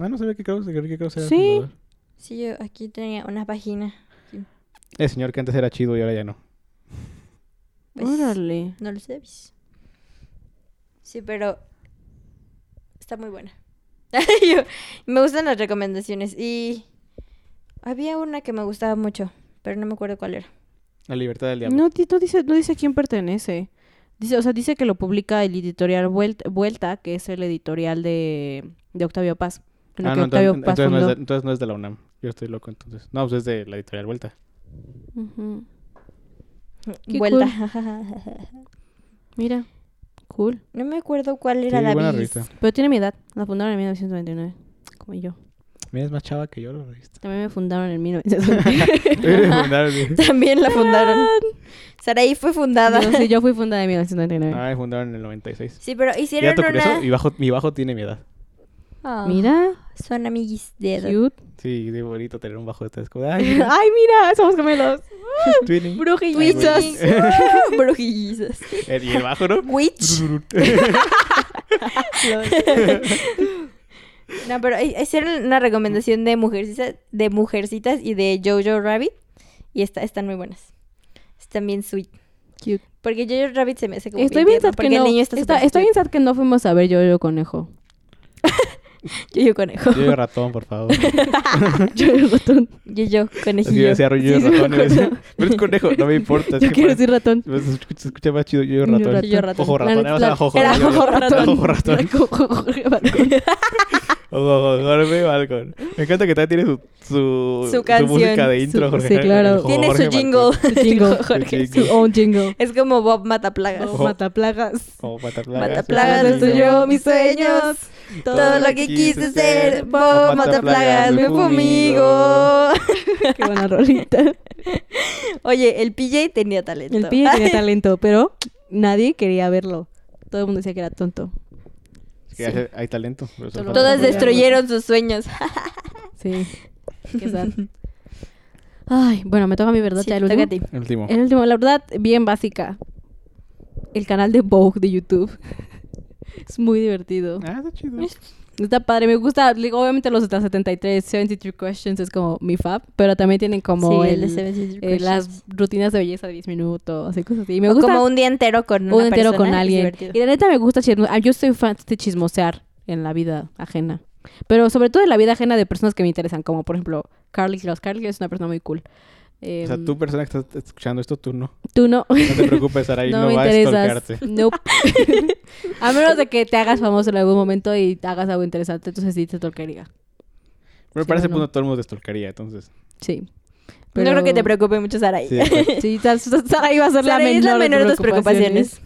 C: Ah, no sabía que Krause, que Enrique Krause era
B: Sí.
C: fundador.
D: Sí, yo aquí tenía una página.
C: El señor que antes era chido y ahora ya no.
D: Pues,
B: Órale.
D: No lo sabes. Sí, pero está muy buena. Yo- me gustan las recomendaciones y había una que me gustaba mucho, pero no me acuerdo cuál era.
C: La libertad del diablo.
B: No, di- no dice, no dice a quién pertenece. Dice, o sea, dice que lo publica el editorial Vuelt- Vuelta, que es el editorial de, de Octavio Paz. Bueno,
C: Ah,
B: que
C: no, entonces,
B: Octavio Paz
C: entonces no es de,
B: fundó.
C: entonces no es de la UNAM. Yo estoy loco entonces. No, pues es de la editorial Vuelta.
B: Ujú. Qué
D: Vuelta.
B: Mira, cool.
D: no me acuerdo cuál era
C: Sí,
D: la
C: buena
D: bis.
C: revista.
B: Pero tiene mi edad. La fundaron en 1999, como yo.
C: Mira, es más chava que yo la revista.
B: También me fundaron en 1999.
D: También la fundaron. Saraí fue fundada.
B: No, sí, yo fui fundada en 1999.
C: ah, me fundaron en el 96.
D: Sí, pero hicieron
C: Dato curioso,
D: una.
C: mi bajo, mi bajo tiene mi edad.
D: Ah,
B: Mira,
D: Son amiguis de edad.
B: cute.
C: Sí, de bonito tener un bajo de tres cosas. Ay, mira,
B: Ah. Ay, mira, somos gemelos.
C: twinning.
D: Brujillizas. Brujillizas.
C: El- y el bajo, ¿no?
D: Witch. No, pero hi- hicieron una recomendación de mujercitas, de mujercitas y de Jojo Rabbit. Y esta- están muy buenas. Están bien sweet.
B: Cute.
D: Porque Jojo Rabbit se me hace como
B: Estoy bien
D: tierno,
B: sad que
D: porque
B: no.
D: el niño está,
B: está-
D: súper
B: estoy bien
D: cute.
B: sad que no fuimos a ver yo yo conejo.
D: Jojo conejo.
C: Yo digo ratón, por favor.
B: Yo yo ratón.
D: Jojo
C: Así yo
D: conejillo.
C: decía, yo digo
B: Sí, sí, me
C: ratón. y me
B: acuerdo.
C: decía, Pero es conejo, no me importa. es
B: Yo
C: que
B: quiero
C: para-
B: decir ratón.
C: pues, se escucha- se escucha más chido,
B: Yo
C: yo digo ratón.
B: ratón.
C: Ojo
B: La-
C: ratón, además
B: la-
C: era jojo
D: era
C: yo- yo-
D: jojo ratón.
C: Ojo ratón. Ojo, ojo, Jorge Balcón. Me encanta que también tiene su, su,
D: Su canción,
C: música de intro,
B: su-
C: Jorge.
B: sí, claro.
C: Ojo,
D: Tiene
C: "Oh, Jorge
D: su
C: Balcón.
D: jingle.
B: Su jingle.
D: Jorge.
C: Su jingle.
B: Su own jingle.
D: Es como Bob Mataplagas.
C: Ojo.
B: Mataplagas.
C: Ojo, Mataplagas.
D: Mataplagas
C: su
D: destruyó
C: jingle.
D: mis sueños. Todo lo que quise ser, Bob Mataplagas me fue amigo.
B: Qué buena rolita.
D: Oye, el PJ tenía talento.
B: El pibe tenía talento, pero nadie quería verlo. Todo el mundo decía que era tonto.
C: Es que hay- Hay talento. pero eso
B: Todas
C: falta
D: Todas
C: talento.
D: destruyeron sus sueños.
B: Sí. Qué sad. Ay, bueno, me toca mi verdad
D: Sí,
B: ya el
D: te toca
B: último.
D: a ti.
C: El último.
B: El último, la verdad, bien básica. El canal de Vogue de YouTube. es muy divertido.
C: Ah, está chido.
B: Está padre, me gusta. digo, Obviamente los de 73, 73 Questions es como mi fab, pero también tienen como
D: Sí, el
B: el-
D: de 73
B: eh, las
D: Questions.
B: rutinas de belleza de 10 minutos y cosas así. Y me
D: O
B: gusta
D: como un día entero con
B: un
D: una
B: entero
D: persona,
B: con
D: es
B: alguien.
D: divertido.
B: Y la neta me gusta chismosear. Yo soy fan de chismosear en la vida ajena. Pero sobre todo en la vida ajena de personas que me interesan, como por ejemplo Carly Klaus. Carly Klaus es una persona muy cool.
C: O sea,
B: Em,
C: tú, persona que estás escuchando esto, tú no.
B: tú no.
C: No te preocupes, Saraí no, va a stalkearte.
B: Nope. a menos de que te hagas famoso en algún momento y te hagas algo interesante, entonces sí te stalkearía.
C: Pero
B: Sí, no,
C: para ese
B: no.
C: punto todo el mundo te stalkearía, entonces.
B: Sí.
D: No creo que te preocupe mucho Saraí.
C: Sí, exacto.
B: Sí, Sar- Sar- Sara iba a ser la
D: Sara
B: menor,
D: es la menor
B: de
D: de
B: tus
D: tus
B: preocupaciones.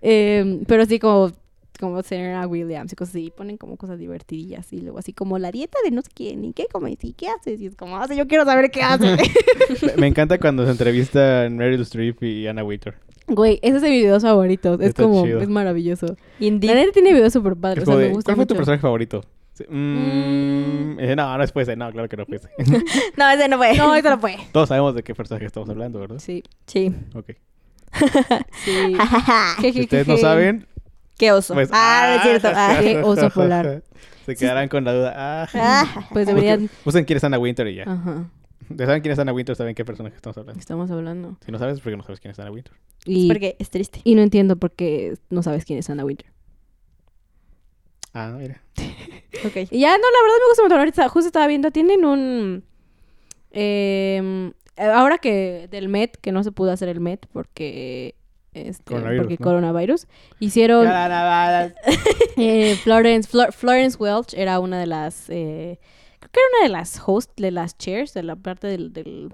B: Eh, pero sí, como, como Serena Williams y cosas así, ponen como cosas divertidillas y luego así como la dieta de no sé quién y qué comes y qué haces. Y es como, "Ah, sí, yo quiero saber qué hace.
C: Me- Me encanta cuando se entrevistan Meryl Streep y Anna Winter.
B: Güey, ese es de mis videos favoritos. Es
C: Está
B: como,
C: chido.
B: es maravilloso.
D: Indeed.
B: La neta tiene videos súper padres.
C: Es
B: O sea,
C: como
B: me
C: de,
B: gusta
C: ¿Cuál fue tu
B: mucho.
C: personaje favorito? Sí, mm, eh, no, no es ese. No, claro que no fue ese.
D: No, ese no fue.
B: No, eso no fue.
C: Todos sabemos de qué personaje estamos hablando, ¿verdad?
B: Sí,
D: Sí.
C: Ok.
B: sí.
C: Si ustedes no saben,
D: Qué oso.
C: pues...
D: ah, no es cierto. Ah.
B: qué oso polar.
C: Se quedarán con la duda. Ah.
D: Ah.
B: Pues
C: Porque
B: deberían. Ah.
C: Usen quién es Anna Winter y ya.
B: Ajá.
C: Ya saben quién es Anna Winter, saben qué personaje estamos hablando.
B: Estamos hablando.
C: Si no sabes, es porque no sabes quién es Anna Winter.
B: Y,
D: Porque es triste.
B: y no entiendo por qué no sabes quién es Anna Winter.
C: Ah, mira.
D: Ok.
B: Y ya, no, la verdad me gusta mucho. Ahorita justo estaba viendo, tienen un... eh, ahora que del Met, que no se pudo hacer el Met porque... Este,
C: Coronavirus,
B: porque
C: ¿no?
B: coronavirus. Hicieron... eh, Florence, Flo- Florence Welch era una de las... eh, creo que era una de las hosts, de las chairs, de la parte del... del-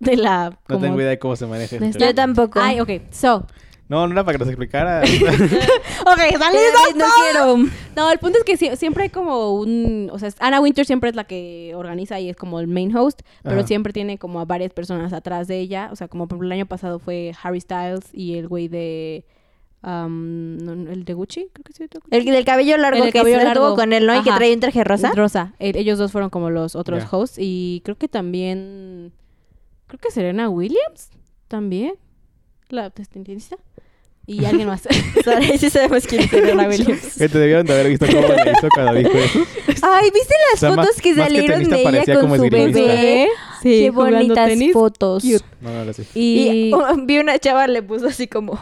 B: de la...
C: No
B: como-
C: tengo idea de cómo se maneja este
B: Yo
D: Yo
C: tema.
D: tampoco.
B: Ay, ok, so...
C: No, no era para que nos explicara.
B: Ok, dale,
D: Ay, no quiero.
B: No, el punto es que sie- siempre hay como un... O sea, es- Anna Winter siempre es la que organiza y es como el main host, pero
C: Ajá.
B: siempre tiene como a varias personas atrás de ella. O sea, como por ejemplo el año pasado fue Harry Styles y el güey de... am, no, no, el de Gucci, creo que sí. de Gucci.
D: El del cabello largo
B: El del
D: que
B: cabello
D: se la tuvo
B: largo.
D: con él, ¿no? Y que
B: Ajá.
D: traía un traje rosa.
B: Mm, Rosa. El- ellos dos fueron como los otros
C: Ya.
B: hosts. Y creo que también. Creo que Serena Williams también. La tenista. Y alguien más.
D: Sorry, sí sabemos quién es Serena Williams.
C: Que te debieron de haber visto cómo le hizo cuando dijo eso.
D: Ay, ¿viste las
C: O sea,
D: fotos
C: más-
D: que
C: más que
D: salieron
C: tenista
D: de ella
C: parecía
D: con
C: como
D: su
C: esgrimista.
D: bebé?
B: Sí,
D: Qué
B: jugando
D: bonitas
B: tenis.
D: fotos.
B: Cute.
C: No, no, ahora sí.
B: Y.
D: Y oh, vi una chava le puso así como,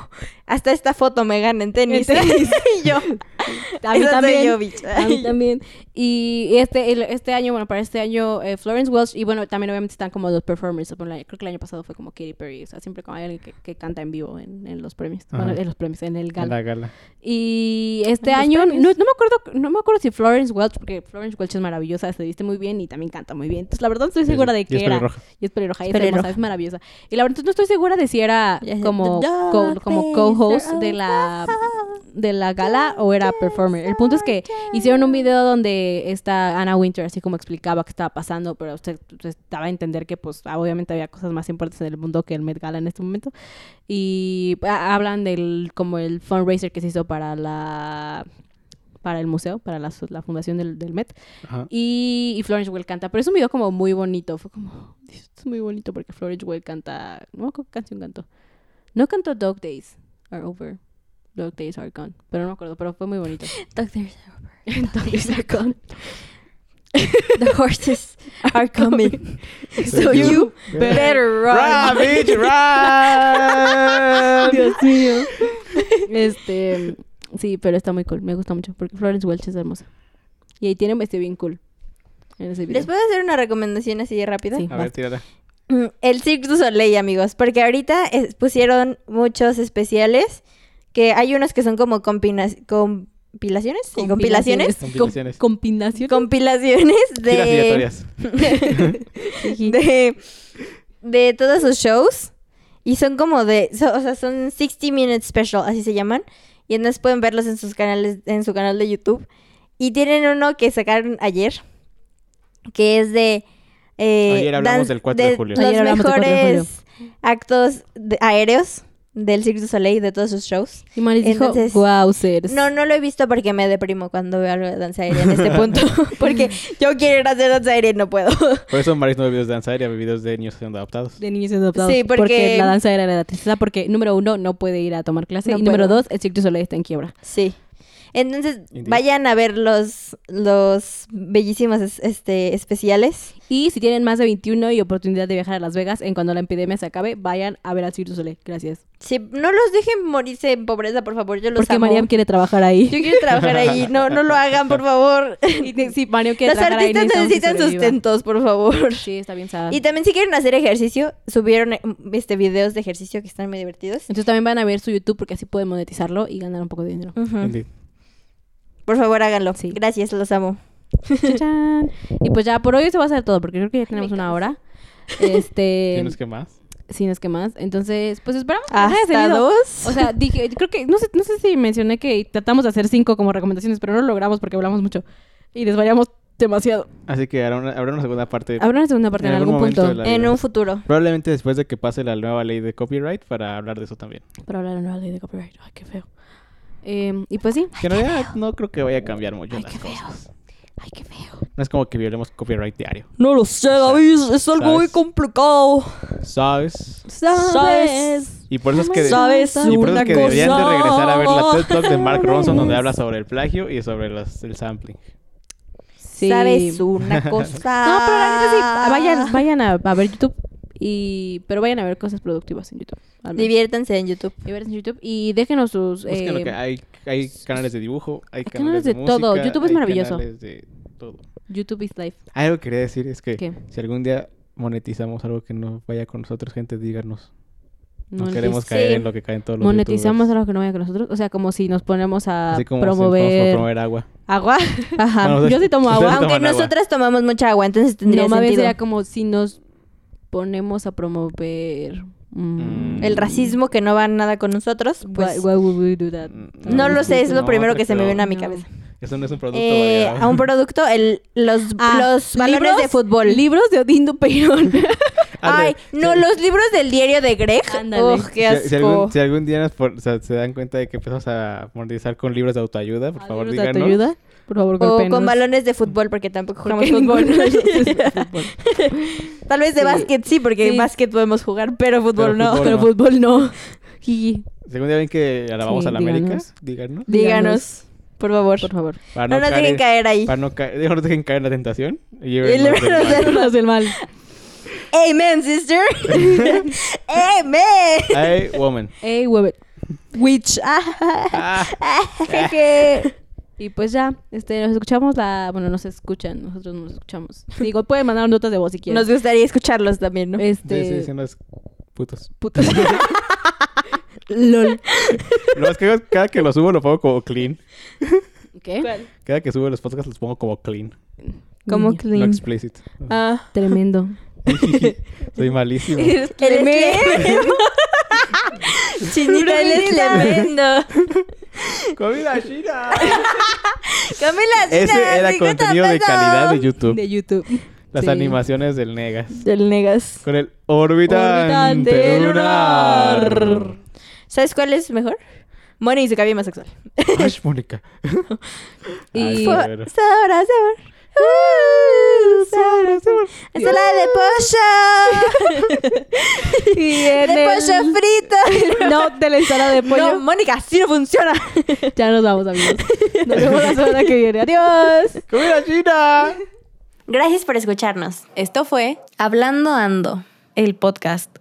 D: hasta esta foto me gana en tenis.
B: En tenis.
D: y yo,
B: a
D: "Esa
B: mí
D: soy
B: también.
D: yo, bicha".
B: A mí también. Y este, el- este año, bueno, para este año, eh, Florence Welch, y bueno, también obviamente están como los performers. por la- Creo que el año pasado fue como Katy Perry, o sea, siempre como hay alguien que, que canta en vivo en, en los premios.
C: Ajá.
B: Bueno, en los premios, en el
C: En
B: gala.
C: la gala.
B: Y este
D: En los
B: año, no,
D: premios.
B: no me acuerdo, no me acuerdo si Florence Welch, porque Florence Welch es maravillosa, se viste muy bien y también canta muy bien. Entonces, la verdad, no estoy segura de
C: Y es
B: que era.
C: pelirroja.
B: Y es pelirroja, y es
D: Es pelirroja.
B: hermosa, es maravillosa. Y la verdad, no estoy segura de si era
D: Ya sé,
B: como
D: the dark
B: co- como
D: days
B: co-host
D: are
B: de la
D: over.
B: de la gala o era performer. El punto es que hicieron un video donde está Anna Winter así como explicaba qué estaba pasando, pero usted usted estaba a entender que pues ah, obviamente había cosas más importantes en el mundo que el Met Gala en este momento. Y ah, hablan del como el fundraiser que se hizo para la para el museo, para la, la fundación del, del Met.
C: Ajá.
B: Y, y Florence Welch canta, pero es un video como muy bonito. Fue como, es muy bonito porque Florence Welch canta, no me acuerdo qué canción cantó. No cantó Dog Days Are Over, Dog Days Are Gone, pero no me acuerdo, pero fue muy bonito.
D: Doctors are
B: Dog Days Are Gone.
D: over. The horses are coming.
C: So
D: so you
C: you
D: better run.
C: bitch, run!
B: Dios mío. Este, sí, pero está muy cool, me gusta mucho porque Florence Welch es hermosa. Y ahí tiene un vestido bien cool en ese video.
D: ¿Les puedo hacer una recomendación así rápida?
B: Sí.
C: A ver, tírala.
D: Mm, El Cirque du Soleil, amigos, porque ahorita es- pusieron muchos especiales, que hay unos que son como compina- compilaciones, sí, compilaciones,
C: Compilaciones.
B: Compilaciones. Com- Combinaciones.
D: compilaciones
C: Tiras
D: de,
C: giratorias.
D: de de todos sus shows y son como de, so- o sea, son 60 minutes special, así se llaman, y entonces pueden verlos en sus canales en su canal de YouTube y tienen uno que sacaron ayer que es de eh,
C: Ayer hablamos
D: dan-
C: del 4 de julio.
D: Los
B: Ayer hablamos del 4 de
D: mejores actos de- aéreos del Cirque du Soleil de todos sus shows.
B: Y Maris dijo,
D: Entonces-
B: wow, Cers.
D: No, no lo he visto porque me deprimo cuando veo algo de danza aérea en este punto. porque yo quiero ir a hacer danza aérea y no puedo.
C: Por eso Maris no ve videos de danza aérea, ve videos de niños siendo adaptados.
B: de niños siendo adoptados.
D: Sí, porque-
B: la danza era la tristeza. Porque, número uno, no puede ir a tomar clase.
D: No
B: y número
D: puedo.
B: dos, el Cirque du Soleil está en quiebra.
D: Sí. Entonces,
C: Indeed.
D: vayan a ver los, los bellísimos es- este, especiales.
B: Y si tienen más de 21 y oportunidad de viajar a Las Vegas, en cuando la epidemia se acabe, vayan a ver al Cirque du Soleil. Gracias.
D: Sí, no los dejen morirse en pobreza, por favor. Yo los
B: porque
D: amo.
B: Mariam quiere trabajar ahí.
D: Yo quiero trabajar ahí. No, no lo hagan, por favor.
B: Y te- sí, Mariam quiere
D: Los
B: trabajar ahí.
D: artistas necesitan
B: necesitamos que sobreviva.
D: sustentos, por favor.
B: Sí, está bien sad.
D: Y también si quieren hacer ejercicio, subieron eh, este videos de ejercicio que están muy divertidos.
B: Entonces también van a ver su YouTube porque así pueden monetizarlo y ganar un poco de dinero.
D: Ujú.
C: Indeed.
D: Por favor, háganlo.
B: Sí.
D: Gracias, los amo.
B: Chachán. Y pues ya por hoy eso va a ser todo porque creo que ya tenemos una hora. Este,
C: ¿Tienes que más?
B: si no es que más. Entonces, pues esperamos que les haya
D: Hasta
B: servido.
D: dos.
B: O sea, dije, creo que, no sé, no sé si mencioné que tratamos de hacer cinco como recomendaciones, pero no lo logramos porque hablamos mucho y desvariamos demasiado.
C: Así que habrá una, habrá una segunda parte.
B: Habrá una segunda parte en, algún,
C: momento
B: punto
C: de la
D: en
C: vida.
D: un futuro.
C: Probablemente después de que pase la nueva ley de copyright para hablar de eso también.
B: para hablar de la nueva ley de copyright. Ay, qué feo. Eh, y pues sí.
C: Que en realidad no creo que vaya a cambiar mucho
B: Ay,
C: las
B: qué feo.
C: cosas.
B: Ay, qué feo.
C: No es como que violemos copyright diario.
D: No lo sé,
C: David,
D: Es
C: algo ¿sabes? muy
D: complicado.
C: ¿Sabes?
D: ¿Sabes?
C: Y por eso es que,
D: ¿Sabes
C: y por eso es
D: una
C: que deberían de
D: cosa?
C: regresar a ver la TED Talk de Mark Ronson donde
D: ¿Sabes?
C: habla sobre el plagio y sobre los- el sampling.
B: Sí.
D: ¿Sabes una cosa?
B: No, pero la neta sí, vayan, vayan a, a ver YouTube y pero vayan a ver cosas productivas en YouTube. al menos.
D: Diviértanse en YouTube.
B: Y ver en YouTube y déjenos sus
C: Busquen lo
B: eh,
C: que hay, hay canales de dibujo, hay
B: canales
C: canales, de,
B: de todo.
C: música,
B: YouTube es
C: hay
B: maravilloso.
C: canales de todo. Ah,
B: YouTube is life.
C: Algo que quería decir es que
B: ¿Qué?
C: si algún día monetizamos algo que no vaya con nosotros, gente, díganos. No
B: Monetiz-
C: queremos caer en lo que caen todos los
B: monetizamos a
C: youtubers.
B: los que no vayan con nosotros, o sea, como si nos ponemos a
C: Así como si nos ponemos a
B: promover
C: promover agua.
B: agua. Ajá.
C: Bueno, pues, ustedes-
B: Yo sí tomo
C: ustedes
B: agua.
C: toman
D: Aunque
C: agua.
D: nosotras tomamos mucha agua, entonces tendría
B: No, más bien
D: sentido.
B: sería como si nos ponemos a promover mm,
C: Mm.
D: El racismo que no va nada con nosotros,
B: Why,
D: pues...
B: why would we do that?
C: Mm,
D: No lo sé, es lo
C: no,
D: primero que se me
C: pero-
D: viene a mi
B: No.
D: cabeza.
C: Eso no es un producto
D: eh,
C: variado.
D: a un producto, el, los,
B: Ah,
D: los valores
B: libros-
D: de fútbol.
B: Libros de Odindo Peirón.
D: Ay,
C: Ándale,
D: no,
C: sí.
D: los libros del diario de Greg.
B: Ándale.
D: Uf, qué asco.
C: Si- Si, algún, si algún día nos por- o sea, se dan cuenta de que empezamos a monetizar con libros de autoayuda, por favor,
B: ¿Libros de
C: díganos.
B: autoayuda? Por favor,
D: O
B: golpéenos.
D: con balones de fútbol, porque tampoco jugamos
B: Porque
D: fútbol.
B: ninguno de nosotros es de fútbol.
D: Tal vez de
B: Sí.
D: básquet sí, porque en
B: Sí.
D: básquet podemos jugar, pero fútbol
C: Pero
D: no.
C: fútbol
B: Pero
C: no.
B: fútbol no. Jiji.
C: Si algún día ven que alabamos
B: Sí,
C: a la América,
B: díganos.
C: díganos.
D: Díganos, por favor.
B: Por favor.
C: Para
D: no, nos
C: caer,
D: dejen caer ahí.
C: Para no caer, no nos dejen caer en la tentación. Y
D: líbranos del mal.
B: Libros del mal.
D: Amen, sister. Amen.
C: Hey, woman.
B: Ey, Weber.
D: Witch. Ah,
C: Ah,
D: jeje.
B: Y pues ya, este, nos escuchamos la... Bueno, nos escuchan, nosotros nos escuchamos. Digo, pueden mandar notas de voz si quieren.
D: Nos gustaría escucharlos también, ¿no?
B: Este...
C: sí, sí, sí, los putos.
B: putos. LOL.
C: Lo más que hago es cada que lo subo lo pongo como clean.
B: ¿Qué?
C: Cada que subo los podcasts los pongo como clean.
D: Como
B: Niña.
C: No
D: clean.
C: explicit.
D: Ah.
B: Tremendo.
C: Soy malísimo.
D: Eres tremendo. Chinita, eres tremendo.
C: ¡Comida china!
D: Camila,
C: Ese era contenido de calidad de YouTube.
B: De YouTube.
C: Las
B: Sí.
C: animaciones del Negas.
D: Del negas.
C: Con el orbitante,
B: Orbitante
C: lunar.
B: lunar.
D: ¿Sabes cuál es mejor? Moni y su cabello sexual.
C: Ay, Mónica.
B: Y-
C: Ay,
B: Fue-
C: severo.
D: Sabor, sabor. Uh, sabor, sabor. Ensalada de pollo.
B: Y
D: de
B: en el-
D: pollo frito.
B: No, de la ensalada de pollo.
D: No, Mónica, así no funciona.
B: Ya nos vamos, amigos. Nos vemos la semana que viene. Adiós.
C: ¡Comida china!
D: Gracias por escucharnos. Esto fue
A: Hablando Ando, el podcast.